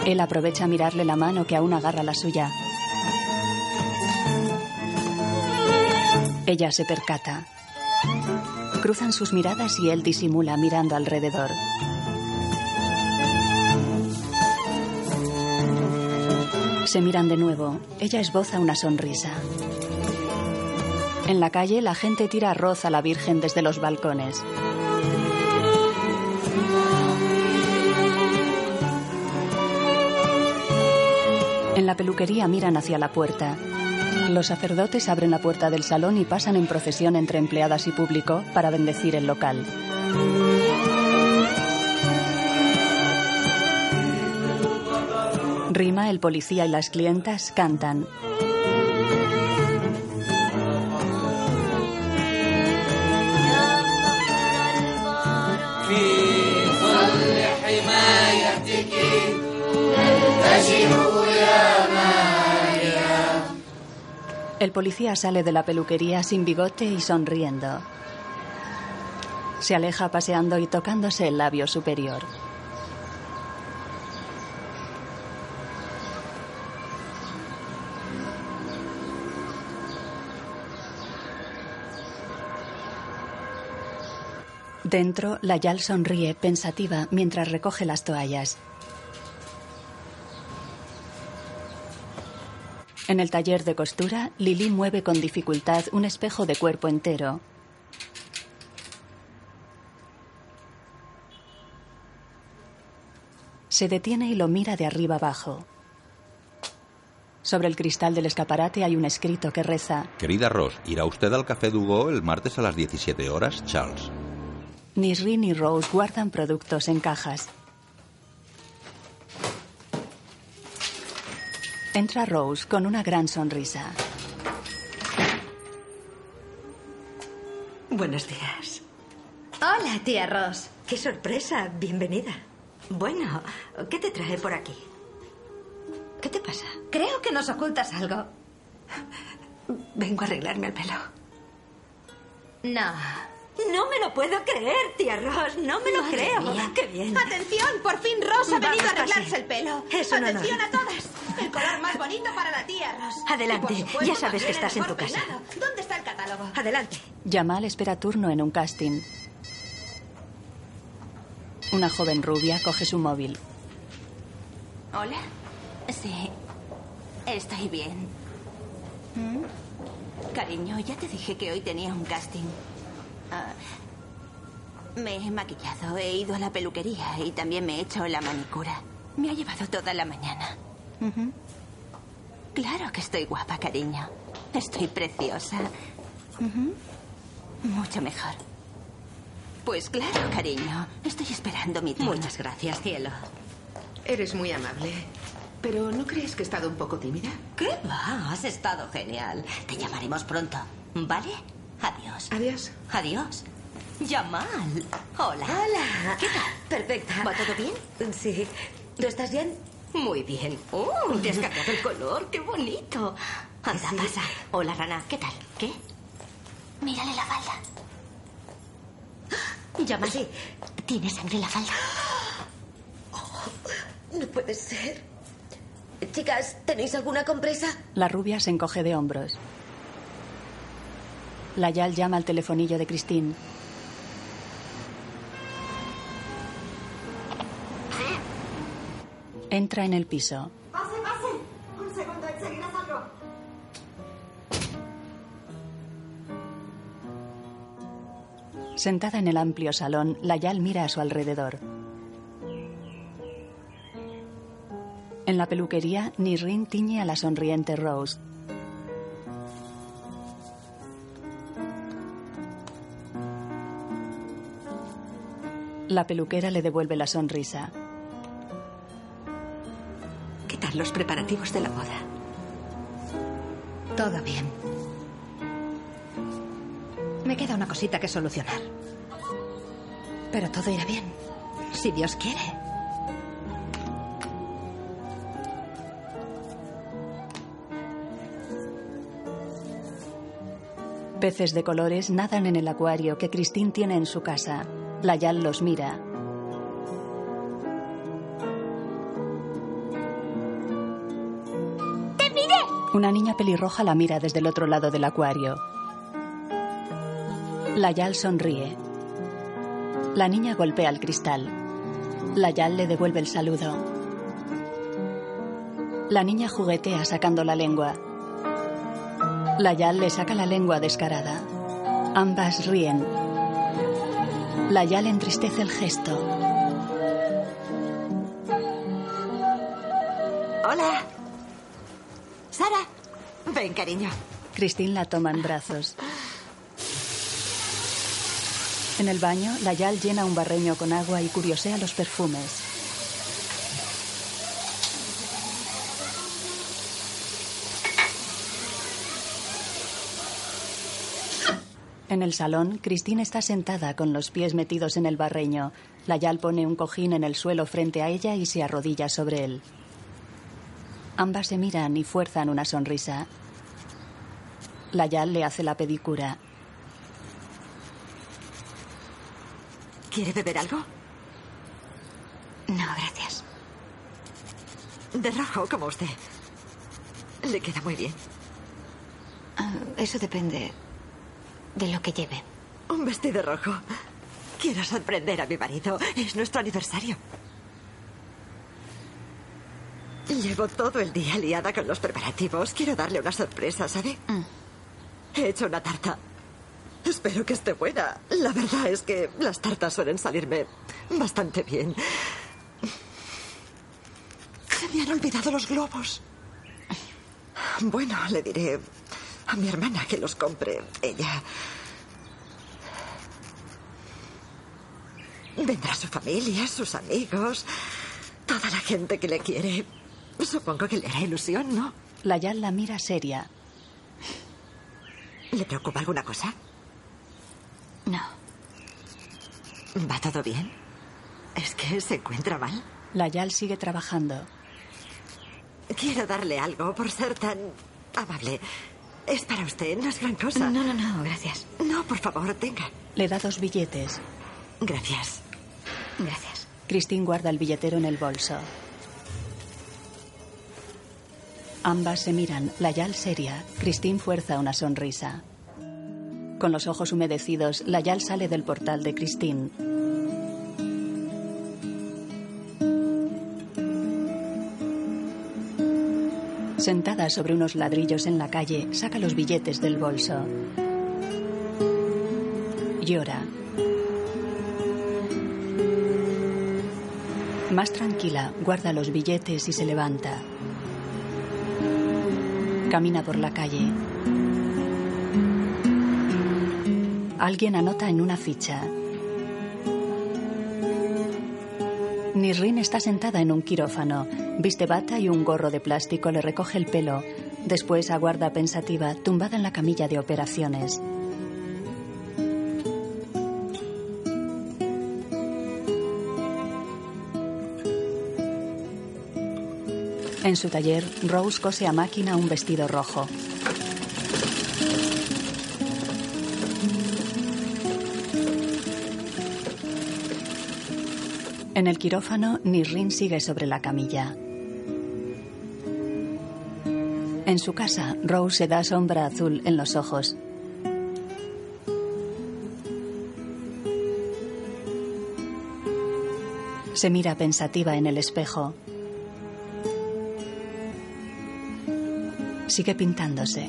Speaker 2: Él aprovecha a mirarle la mano que aún agarra la suya. Ella se percata. Cruzan sus miradas y él disimula mirando alrededor. Se miran de nuevo. Ella esboza una sonrisa. En la calle, la gente tira arroz a la Virgen desde los balcones. En la peluquería miran hacia la puerta. Los sacerdotes abren la puerta del salón y pasan en procesión entre empleadas y público para bendecir el local. Rima, el policía y las clientas cantan. El policía sale de la peluquería sin bigote y sonriendo. Se aleja paseando y tocándose el labio superior. Dentro, Layal sonríe pensativa mientras recoge las toallas. En el taller de costura, Lili mueve con dificultad un espejo de cuerpo entero. Se detiene y lo mira de arriba abajo. Sobre el cristal del escaparate hay un escrito que reza:
Speaker 1: Querida Ross, irá usted al Café Dugo el martes a las 17 horas, Charles.
Speaker 2: Ni Rin y Rose guardan productos en cajas. Entra Rose con una gran sonrisa.
Speaker 17: Buenos días.
Speaker 4: Hola, tía Ross.
Speaker 17: Qué sorpresa. Bienvenida. Bueno, ¿qué te trae por aquí? ¿Qué te pasa?
Speaker 4: Creo que nos ocultas algo.
Speaker 17: Vengo a arreglarme el pelo.
Speaker 4: No.
Speaker 17: No me lo puedo creer, tía Ross. No me lo
Speaker 4: Madre
Speaker 17: creo.
Speaker 4: mía.
Speaker 17: Qué bien.
Speaker 30: ¡Atención! ¡Por fin Ross ha
Speaker 17: Vamos,
Speaker 30: venido a
Speaker 17: Patsy.
Speaker 30: arreglarse el pelo!
Speaker 17: Es un honor.
Speaker 30: ¡Atención a todas! El color más bonito para la tía Ross.
Speaker 17: Adelante.
Speaker 30: Y, por supuesto,
Speaker 17: Ya sabes
Speaker 30: también
Speaker 17: que
Speaker 30: el
Speaker 17: estás en
Speaker 30: mejor
Speaker 17: tu casa.
Speaker 30: peinado. ¿Dónde está el catálogo?
Speaker 17: Adelante.
Speaker 2: Yamal espera turno en un casting. Una joven rubia coge su móvil.
Speaker 9: ¿Hola? Sí. Estoy bien. ¿Mm? Cariño, ya te dije que hoy tenía un casting. Ah, me he maquillado, he ido a la peluquería y también me he hecho la manicura. Me ha llevado toda la mañana. Claro que estoy guapa, cariño. Estoy preciosa. Mucho mejor. Pues claro, cariño. Estoy esperando mi turno. Muchas gracias, cielo.
Speaker 30: Eres muy amable. Pero ¿no crees que he estado un poco tímida?
Speaker 4: ¿Qué va? Has estado genial. Te llamaremos pronto, ¿vale? Adiós.
Speaker 30: Adiós.
Speaker 4: Adiós. Yamal. Hola. Hola. ¿Qué tal? Perfecta. ¿Va todo bien? Sí. ¿Tú estás bien? Muy bien. ¡Oh! Te has cambiado el color. ¡Qué bonito! Anda, pasa. Hola, Rana. ¿Qué tal? ¿Qué?
Speaker 6: Mírale la falda.
Speaker 4: Yamal. Sí. Tiene sangre en la falda. Oh,
Speaker 31: No puede ser. Chicas, ¿tenéis alguna compresa?
Speaker 2: La rubia se encoge de hombros. Layal llama al telefonillo de Christine. Entra en el piso.
Speaker 6: Pase, pase. Un segundo, enseguida salgo.
Speaker 2: Sentada en el amplio salón, Layal mira a su alrededor. En la peluquería, Nirrin tiñe a la sonriente Rose. La peluquera le devuelve la sonrisa.
Speaker 17: ¿Qué tal los preparativos de la boda?
Speaker 13: Todo bien. Me queda una cosita que solucionar. Pero todo irá bien. Si Dios quiere.
Speaker 2: Peces de colores nadan en el acuario que Christine tiene en su casa. Layal los mira.
Speaker 8: ¡Te miré!
Speaker 2: Una niña pelirroja la mira desde el otro lado del acuario. Layal sonríe. La niña golpea el cristal. Layal le devuelve el saludo. La niña juguetea sacando la lengua. Layal le saca la lengua descarada. Ambas ríen. Layal entristece el gesto.
Speaker 6: Hola. Sara. Ven, cariño.
Speaker 2: Christine la toma en brazos. En el baño, Layal llena un barreño con agua y curiosea los perfumes. En el salón, Christine está sentada con los pies metidos en el barreño. Layal pone un cojín en el suelo frente a ella y se arrodilla sobre él. Ambas se miran y fuerzan una sonrisa. Layal le hace la pedicura.
Speaker 6: ¿Quiere beber algo?
Speaker 13: No, gracias.
Speaker 6: De rojo, como usted. Le queda muy bien.
Speaker 13: Ah, eso depende de lo que lleve.
Speaker 6: Un vestido rojo. Quiero sorprender a mi marido. Es nuestro aniversario. Llevo todo el día liada con los preparativos. Quiero darle una sorpresa, ¿sabe?
Speaker 13: Mm.
Speaker 6: He hecho una tarta. Espero que esté buena. La verdad es que las tartas suelen salirme bastante bien. Se me han olvidado los globos. Bueno, le diré a mi hermana que los compre. Ella. Vendrá su familia, sus amigos, toda la gente que le quiere. Supongo que le hará ilusión, ¿no?
Speaker 2: Layal la mira seria.
Speaker 6: ¿Le preocupa alguna cosa?
Speaker 13: No.
Speaker 6: ¿Va todo bien? ¿Es que se encuentra mal?
Speaker 2: Layal sigue trabajando.
Speaker 6: Quiero darle algo por ser tan amable. Es para usted, no es gran cosa. No,
Speaker 13: no, no, gracias.
Speaker 6: No, por favor, tenga.
Speaker 2: Le da dos billetes.
Speaker 6: Gracias.
Speaker 13: Gracias.
Speaker 2: Christine guarda el billetero en el bolso. Ambas se miran, Layal seria. Christine fuerza una sonrisa. Con los ojos humedecidos, Layal sale del portal de Christine. Sentada sobre unos ladrillos en la calle, saca los billetes del bolso. Llora. Más tranquila, guarda los billetes y se levanta. Camina por la calle. Alguien anota en una ficha. Nisrin está sentada en un quirófano. Viste bata y un gorro de plástico le recoge el pelo. Después aguarda pensativa, tumbada en la camilla de operaciones. En su taller, Rose cose a máquina un vestido rojo. En el quirófano, Nisrin sigue sobre la camilla. En su casa, Rose se da sombra azul en los ojos. Se mira pensativa en el espejo. Sigue pintándose.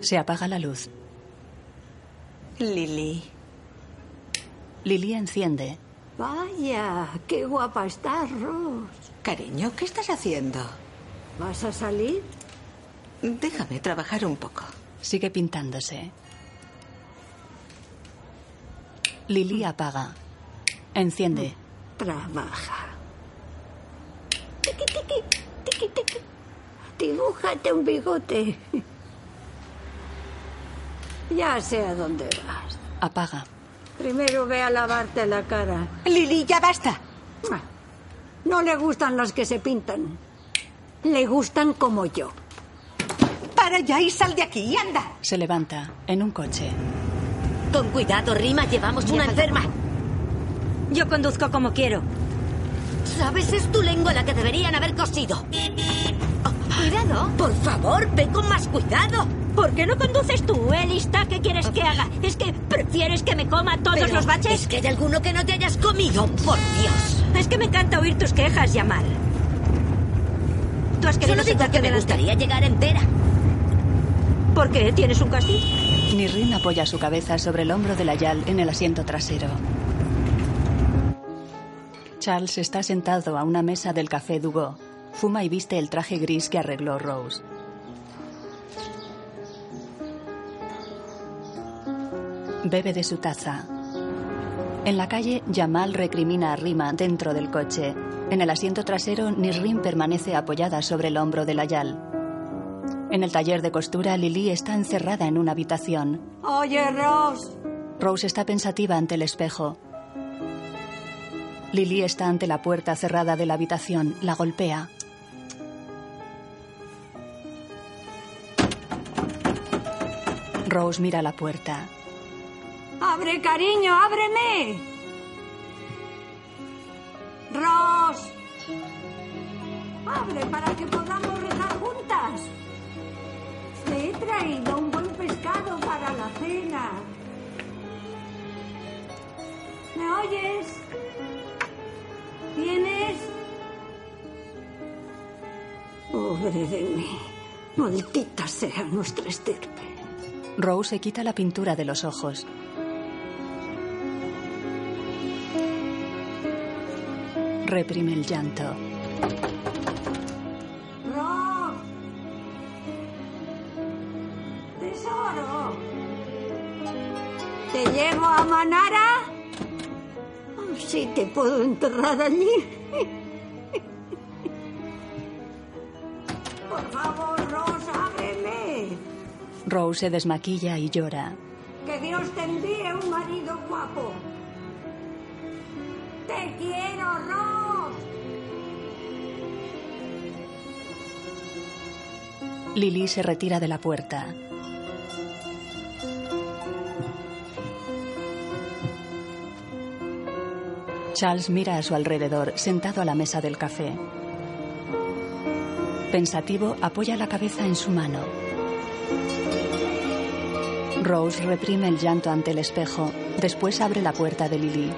Speaker 2: Se apaga la luz.
Speaker 9: Lili.
Speaker 2: Lily enciende.
Speaker 17: Vaya, qué guapa estás, Rose.
Speaker 9: Cariño, ¿qué estás haciendo?
Speaker 17: ¿Vas a salir?
Speaker 9: Déjame trabajar un poco.
Speaker 2: Sigue pintándose. Lily apaga. Enciende.
Speaker 17: Trabaja. dijiste que dibújate un bigote. Ya sé a dónde vas.
Speaker 2: Apaga.
Speaker 17: Primero ve a lavarte la cara. Lili, ya basta. No le gustan las que se pintan. Le gustan como yo.
Speaker 32: Para ya y sal de aquí, anda.
Speaker 2: Se levanta en un coche.
Speaker 4: Con cuidado, Rima, llevamos una enferma. Yo conduzco como quiero. ¿Sabes? Es tu lengua la que deberían haber cosido. cuidado. Oh, Por favor, ve con más cuidado. ¿Por qué no conduces tú, Elista? ¿Qué quieres que haga? ¿Es que prefieres que me coma todos
Speaker 17: Pero,
Speaker 4: los baches? ¿Es que hay alguno que no te hayas comido? Por Dios. Es que me encanta oír tus quejas, Yamal. Tú has querido Solo digo que me gustaría llegar entera. ¿Por qué? ¿Tienes un castillo?
Speaker 2: Nirrin apoya su cabeza sobre el hombro de Layal en el asiento trasero. Charles está sentado a una mesa del café Dugo. Fuma y viste el traje gris que arregló Rose. Bebe de su taza. En la calle, Yamal recrimina a Rima dentro del coche. En el asiento trasero, Nirrin permanece apoyada sobre el hombro de Layal. En el taller de costura, Lily está encerrada en una habitación.
Speaker 17: Oye, Ross.
Speaker 2: Rose está pensativa ante el espejo. Lily está ante la puerta cerrada de la habitación. La golpea. Rose mira la puerta.
Speaker 17: Abre, cariño, ábreme. Ross. Abre para que podamos rezar juntas. Te he traído un buen pescado para la cena. ¿Me oyes? ¿Tienes? Pobre de mí. Maldita sea nuestra estirpe.
Speaker 2: Rose se quita la pintura de los ojos. Reprime el llanto.
Speaker 17: ¡Rock! ¡Tesoro! ¿Te llevo a Manara? Oh, Sí, te puedo enterrar allí. Por favor, Ros, ábreme.
Speaker 2: Rose se desmaquilla y llora.
Speaker 17: Que Dios te envíe un marido guapo. Te quiero, Ros.
Speaker 2: Lily se retira de la puerta. Charles mira a su alrededor, sentado a la mesa del café. Pensativo, apoya la cabeza en su mano. Rose reprime el llanto ante el espejo, después abre la puerta de Lily.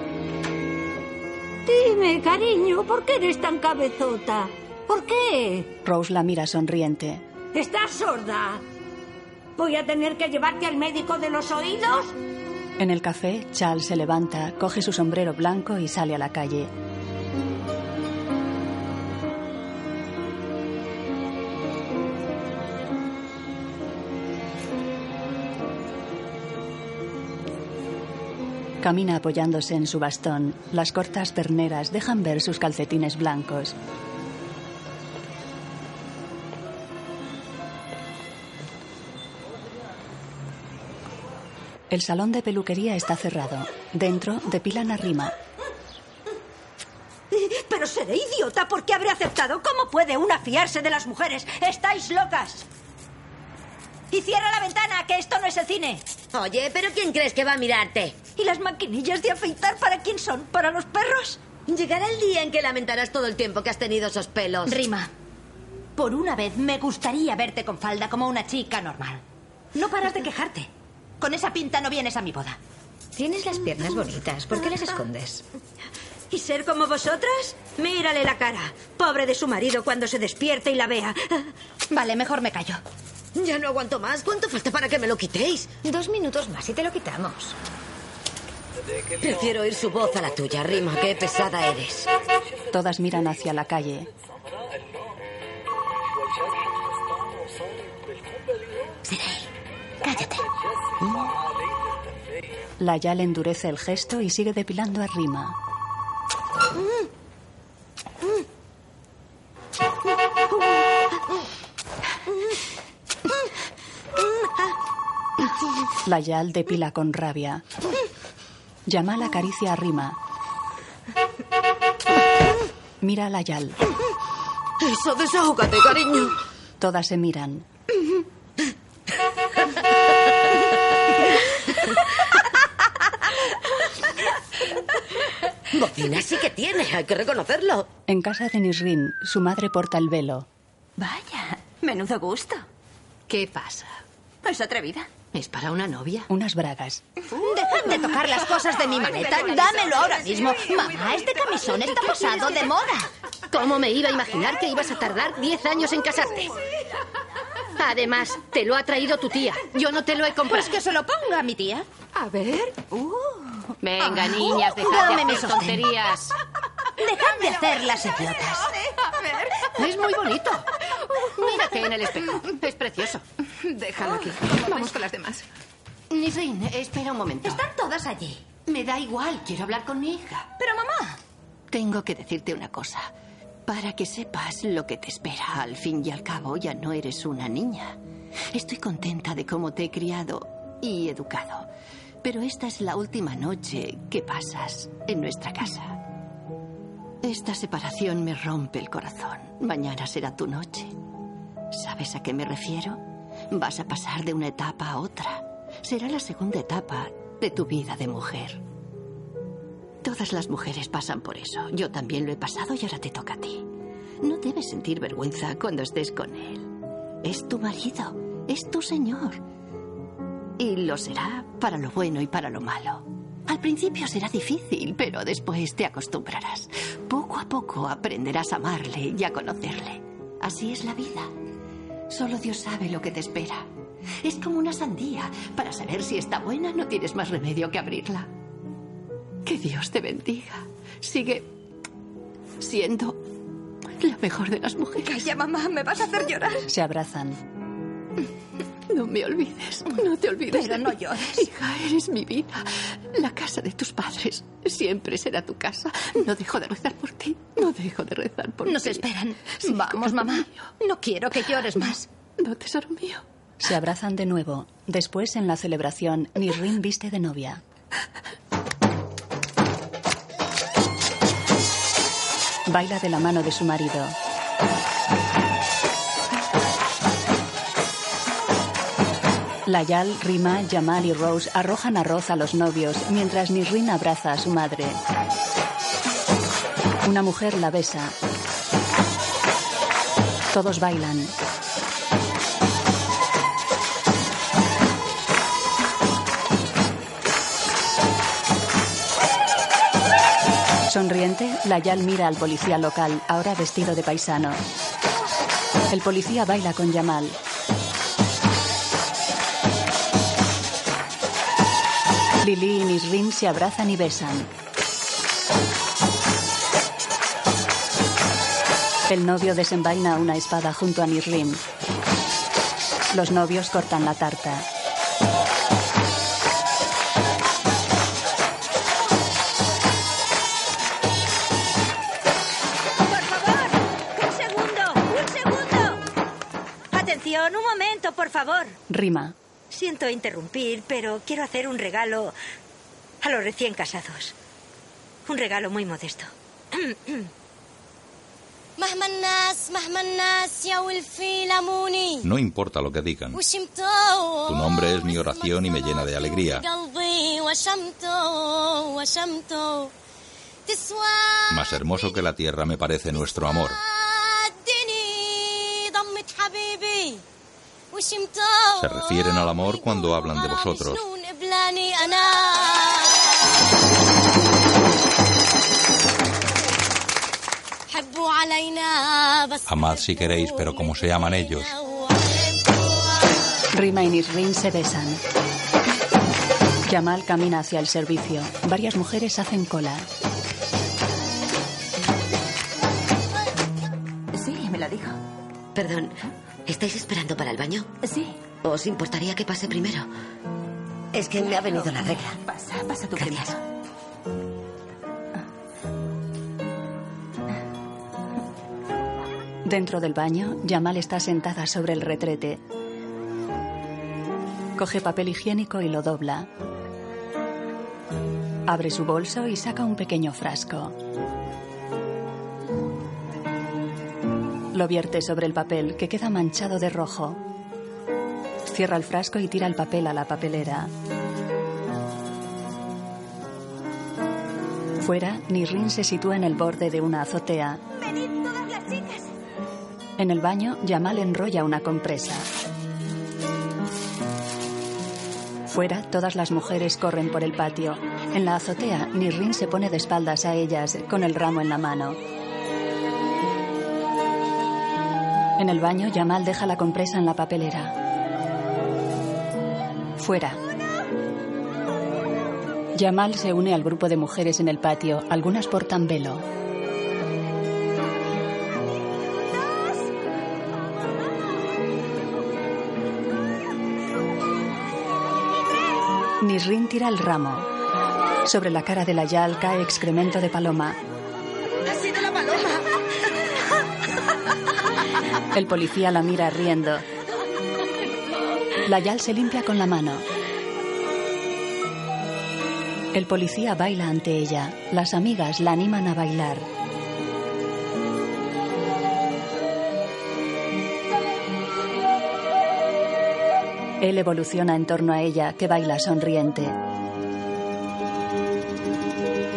Speaker 17: Dime, cariño, ¿por qué eres tan cabezota? ¿Por qué?
Speaker 2: Rose la mira sonriente.
Speaker 17: ¿Estás sorda?
Speaker 9: ¿Voy a tener que llevarte al médico de los oídos?
Speaker 2: En el café, Charles se levanta, coge su sombrero blanco y sale a la calle. Camina apoyándose en su bastón. Las cortas perneras dejan ver sus calcetines blancos. El salón de peluquería está cerrado. Dentro depilan a Rima.
Speaker 9: Pero seré idiota porque habré aceptado. ¿Cómo puede una fiarse de las mujeres? ¡Estáis locas! ¡Y cierra la ventana, que esto no es el cine!
Speaker 4: Oye, ¿pero quién crees que va a mirarte?
Speaker 9: ¿Y las maquinillas de afeitar para quién son? ¿Para los perros?
Speaker 4: Llegará el día en que lamentarás todo el tiempo que has tenido esos pelos.
Speaker 32: Rima, por una vez me gustaría verte con falda como una chica normal. No paras de quejarte. Con esa pinta no vienes a mi boda.
Speaker 3: Tienes las piernas bonitas. ¿Por qué
Speaker 26: Ah.
Speaker 3: las escondes?
Speaker 9: ¿Y ser como vosotras? Mírale la cara. Pobre de su marido cuando se despierte y la vea.
Speaker 32: Vale, mejor me callo.
Speaker 4: Ya no aguanto más. ¿Cuánto falta para que me lo quitéis?
Speaker 3: Dos minutos más y te lo quitamos.
Speaker 4: Prefiero oír su voz a la tuya, Rima. Qué pesada eres.
Speaker 2: Todas miran hacia la calle.
Speaker 8: Cállate.
Speaker 2: Layal endurece el gesto y sigue depilando a Rima. Layal depila con rabia. Yamal acaricia a Rima. Mira a Layal.
Speaker 27: Eso, desahógate, cariño.
Speaker 2: Todas se miran.
Speaker 27: Bocina sí que tiene, hay que reconocerlo.
Speaker 2: En casa de Nisrin, su madre porta el velo.
Speaker 33: Vaya, menudo gusto.
Speaker 19: ¿Qué pasa?
Speaker 33: Es atrevida.
Speaker 19: ¿Es para una novia?
Speaker 2: Unas bragas.
Speaker 26: Deja de tocar las cosas de mi maleta. Dámelo ahora mismo. Mamá, este camisón está pasado de moda. ¿Cómo me iba a imaginar que ibas a tardar 10 años en casarte? Además, te lo ha traído tu tía. Yo no te lo he comprado.
Speaker 19: Pues que se lo ponga a mi tía. A ver. Uh.
Speaker 26: Ah.
Speaker 19: Venga, niñas, Uh, dejad de dame mi hacer sostén. tonterías. Dejad de hacer las idiotas. Es muy bonito. Mírate en el espejo. Es precioso. Déjalo aquí. Oh, Vamos con las demás. Nisrin, espera un momento. Están todas allí. Me da igual, quiero hablar con mi hija. Pero mamá. Tengo que decirte una cosa. Para que sepas lo que te espera, al fin y al cabo ya no eres una niña. Estoy contenta de cómo te he criado y educado. Pero esta es la última noche que pasas en nuestra casa. Esta separación me rompe el corazón. Mañana será tu noche. ¿Sabes a qué me refiero? Vas a pasar de una etapa a otra. Será la segunda etapa de tu vida de mujer. Todas las mujeres pasan por eso. Yo también lo he pasado y ahora te toca a ti. No debes sentir vergüenza cuando estés con él. Es tu marido, es tu señor. Y lo será para lo bueno y para lo malo. Al principio será difícil, pero después te acostumbrarás. Poco a poco aprenderás a amarle y a conocerle. Así es la vida. Solo Dios sabe lo que te espera. Es como una sandía. Para saber si está buena no tienes más remedio que abrirla. Que Dios te bendiga. Sigue siendo la mejor de las mujeres. Calla, mamá, me vas a hacer llorar.
Speaker 2: Se abrazan.
Speaker 19: No me olvides, no te olvides. Pero no llores. Hija, eres mi vida. La casa de tus padres siempre será tu casa. No dejo de rezar por ti. No dejo de rezar por ti.
Speaker 26: Nos esperan. Vamos, mamá. No quiero que llores más. No, tesoro mío.
Speaker 2: Se abrazan de nuevo. Después, en la celebración, Nisrin viste de novia. Baila de la mano de su marido. Layal, Rima, Yamal y Rose arrojan arroz a los novios mientras Nisrin abraza a su madre. Una mujer la besa. Todos bailan. Sonriente, Layal mira al policía local, ahora vestido de paisano. El policía baila con Yamal. Lili y Nisrin se abrazan y besan. El novio desenvaina una espada junto a Nisrin. Los novios cortan la tarta.
Speaker 4: ¡Un segundo! ¡Un segundo! Atención, un momento, por favor.
Speaker 2: Rima.
Speaker 4: Siento interrumpir, pero quiero hacer un regalo a los recién casados. Un regalo muy modesto.
Speaker 24: مهما الناس مهما الناس يا والفي لاموني
Speaker 1: No importa lo que digan.
Speaker 24: وش
Speaker 1: Tu
Speaker 24: مطوع
Speaker 1: nombre es mi oración y me llena de alegría.
Speaker 24: قلبي وشمته وشمته تسوى
Speaker 1: Más hermoso que la tierra me parece nuestro amor.
Speaker 24: الدني ضمت حبيبي وش
Speaker 1: Se
Speaker 24: مطوع
Speaker 1: refieren al amor cuando hablan de vosotros.
Speaker 24: شلون قبلاني انا حبوا علينا بس
Speaker 1: Amad si queréis, pero como se aman ellos.
Speaker 2: Rima y Nisrin se besan. Yamal camina hacia el servicio. Varias mujeres hacen cola.
Speaker 33: Sí, me lo dijo.
Speaker 27: Perdón, ¿estáis esperando para el baño?
Speaker 33: Sí.
Speaker 27: ¿Os importaría que pase primero? Es que me ha venido la regla.
Speaker 33: Pasa, pasa tú Gracias.
Speaker 2: Dentro del baño, Yamal está sentada sobre el retrete. Coge papel higiénico y lo dobla. Abre su bolso y saca un pequeño frasco. Lo vierte sobre el papel, que queda manchado de rojo. Cierra el frasco y tira el papel a la papelera. Fuera, Nirrin se sitúa en el borde de una azotea.
Speaker 8: Venid todas las chicas.
Speaker 2: En el baño, Yamal enrolla una compresa. Fuera, todas las mujeres corren por el patio. En la azotea, Nirrin se pone de espaldas a ellas, con el ramo en la mano. En el baño, Yamal deja la compresa en la papelera. Fuera. Yamal se une al grupo de mujeres en el patio. Algunas portan velo. Nisrin tira el ramo. Sobre la cara de la Yal cae excremento de paloma.
Speaker 8: Ha sido la paloma.
Speaker 2: El policía la mira riendo. La Yal se limpia con la mano. El policía baila ante ella. Las amigas la animan a bailar. Él evoluciona en torno a ella, que baila sonriente.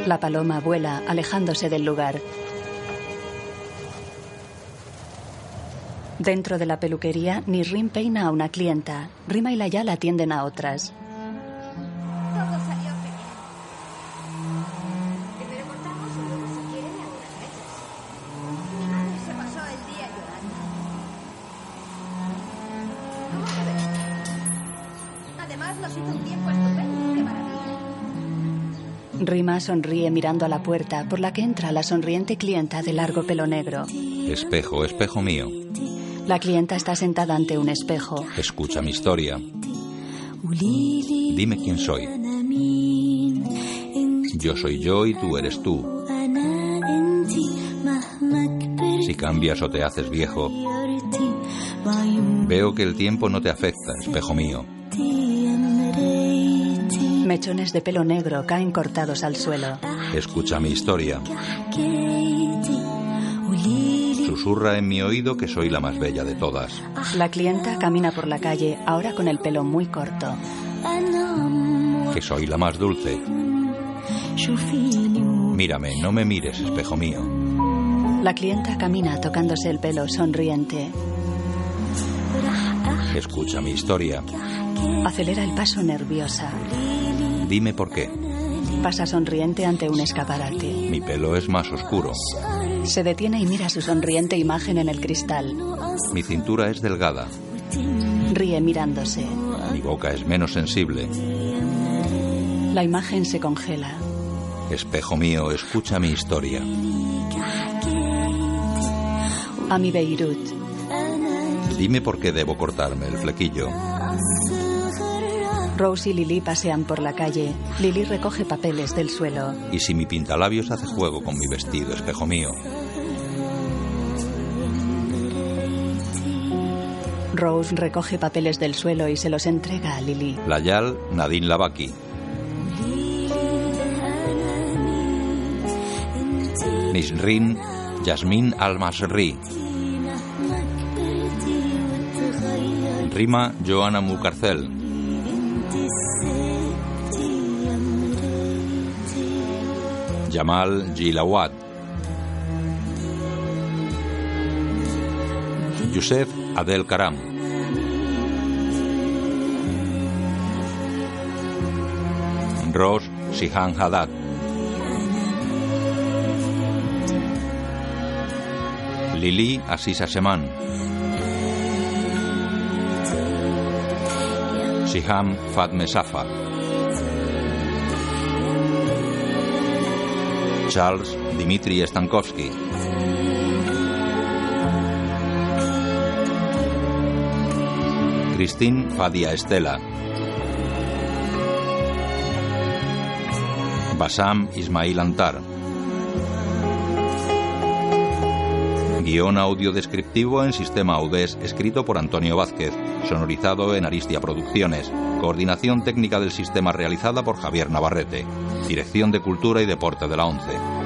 Speaker 2: La paloma vuela, alejándose del lugar. Dentro de la peluquería, Nirrin peina a una clienta. Rima y Layal atienden a otras.
Speaker 8: Todo salió genial.
Speaker 3: Primero cortamos y luego, si quieren, algunas mechas. Mi madre se pasó el día llorando. ¿Cómo lo ves? Además, nos hizo un tiempo estupendo. ¡Qué maravilla!
Speaker 2: Rima sonríe mirando a la puerta por la que entra la sonriente clienta de largo pelo negro.
Speaker 1: Espejo, espejo mío,
Speaker 2: La clienta está sentada ante un espejo.
Speaker 1: escucha mi historia. Dime quién soy. Yo soy yo y tú eres tú. Si cambias o te haces viejo, veo que el tiempo no te afecta, espejo mío.
Speaker 2: Mechones de pelo negro caen cortados al suelo.
Speaker 1: Escucha mi historia. Susurra en mi oído que soy la más bella de todas.
Speaker 2: La clienta camina por la calle, ahora con el pelo muy corto.
Speaker 1: Que soy la más dulce. Mírame, no me mires, espejo mío.
Speaker 2: La clienta camina tocándose el pelo, sonriente.
Speaker 1: Escucha mi historia.
Speaker 2: Acelera el paso nerviosa.
Speaker 1: Dime por qué.
Speaker 2: Pasa sonriente ante un escaparate.
Speaker 1: Mi pelo es más oscuro.
Speaker 2: Se detiene y mira su sonriente imagen en el cristal.
Speaker 1: Mi cintura es delgada.
Speaker 2: Ríe mirándose.
Speaker 1: Mi boca es menos sensible.
Speaker 2: La imagen se congela.
Speaker 1: Espejo mío, escucha mi historia.
Speaker 2: A mi Beirut.
Speaker 1: Dime por qué debo cortarme el flequillo.
Speaker 2: Rose y Lily pasean por la calle. Lily recoge papeles del suelo.
Speaker 1: Y si mi pintalabios hace juego con mi vestido, espejo mío.
Speaker 2: Rose recoge papeles del suelo y se los entrega a Lily.
Speaker 1: Layal, Nadine Lavaki. Nisrin, Yasmin Almasri. Rima, Joana Mucarcel. Jamal Gilawat. Youssef Adel Karam. Ross Sihan Haddad. Lili Asís Aseman. Siham Fatme Safa. Charles Dimitri Stankowski. Christine Fadia Estela. Basam Ismail Antar. Guión audio descriptivo en sistema Audes, escrito por Antonio Vázquez, sonorizado en Aristia Producciones. Coordinación técnica del sistema realizada por Javier Navarrete. Dirección de Cultura y Deporte de la ONCE.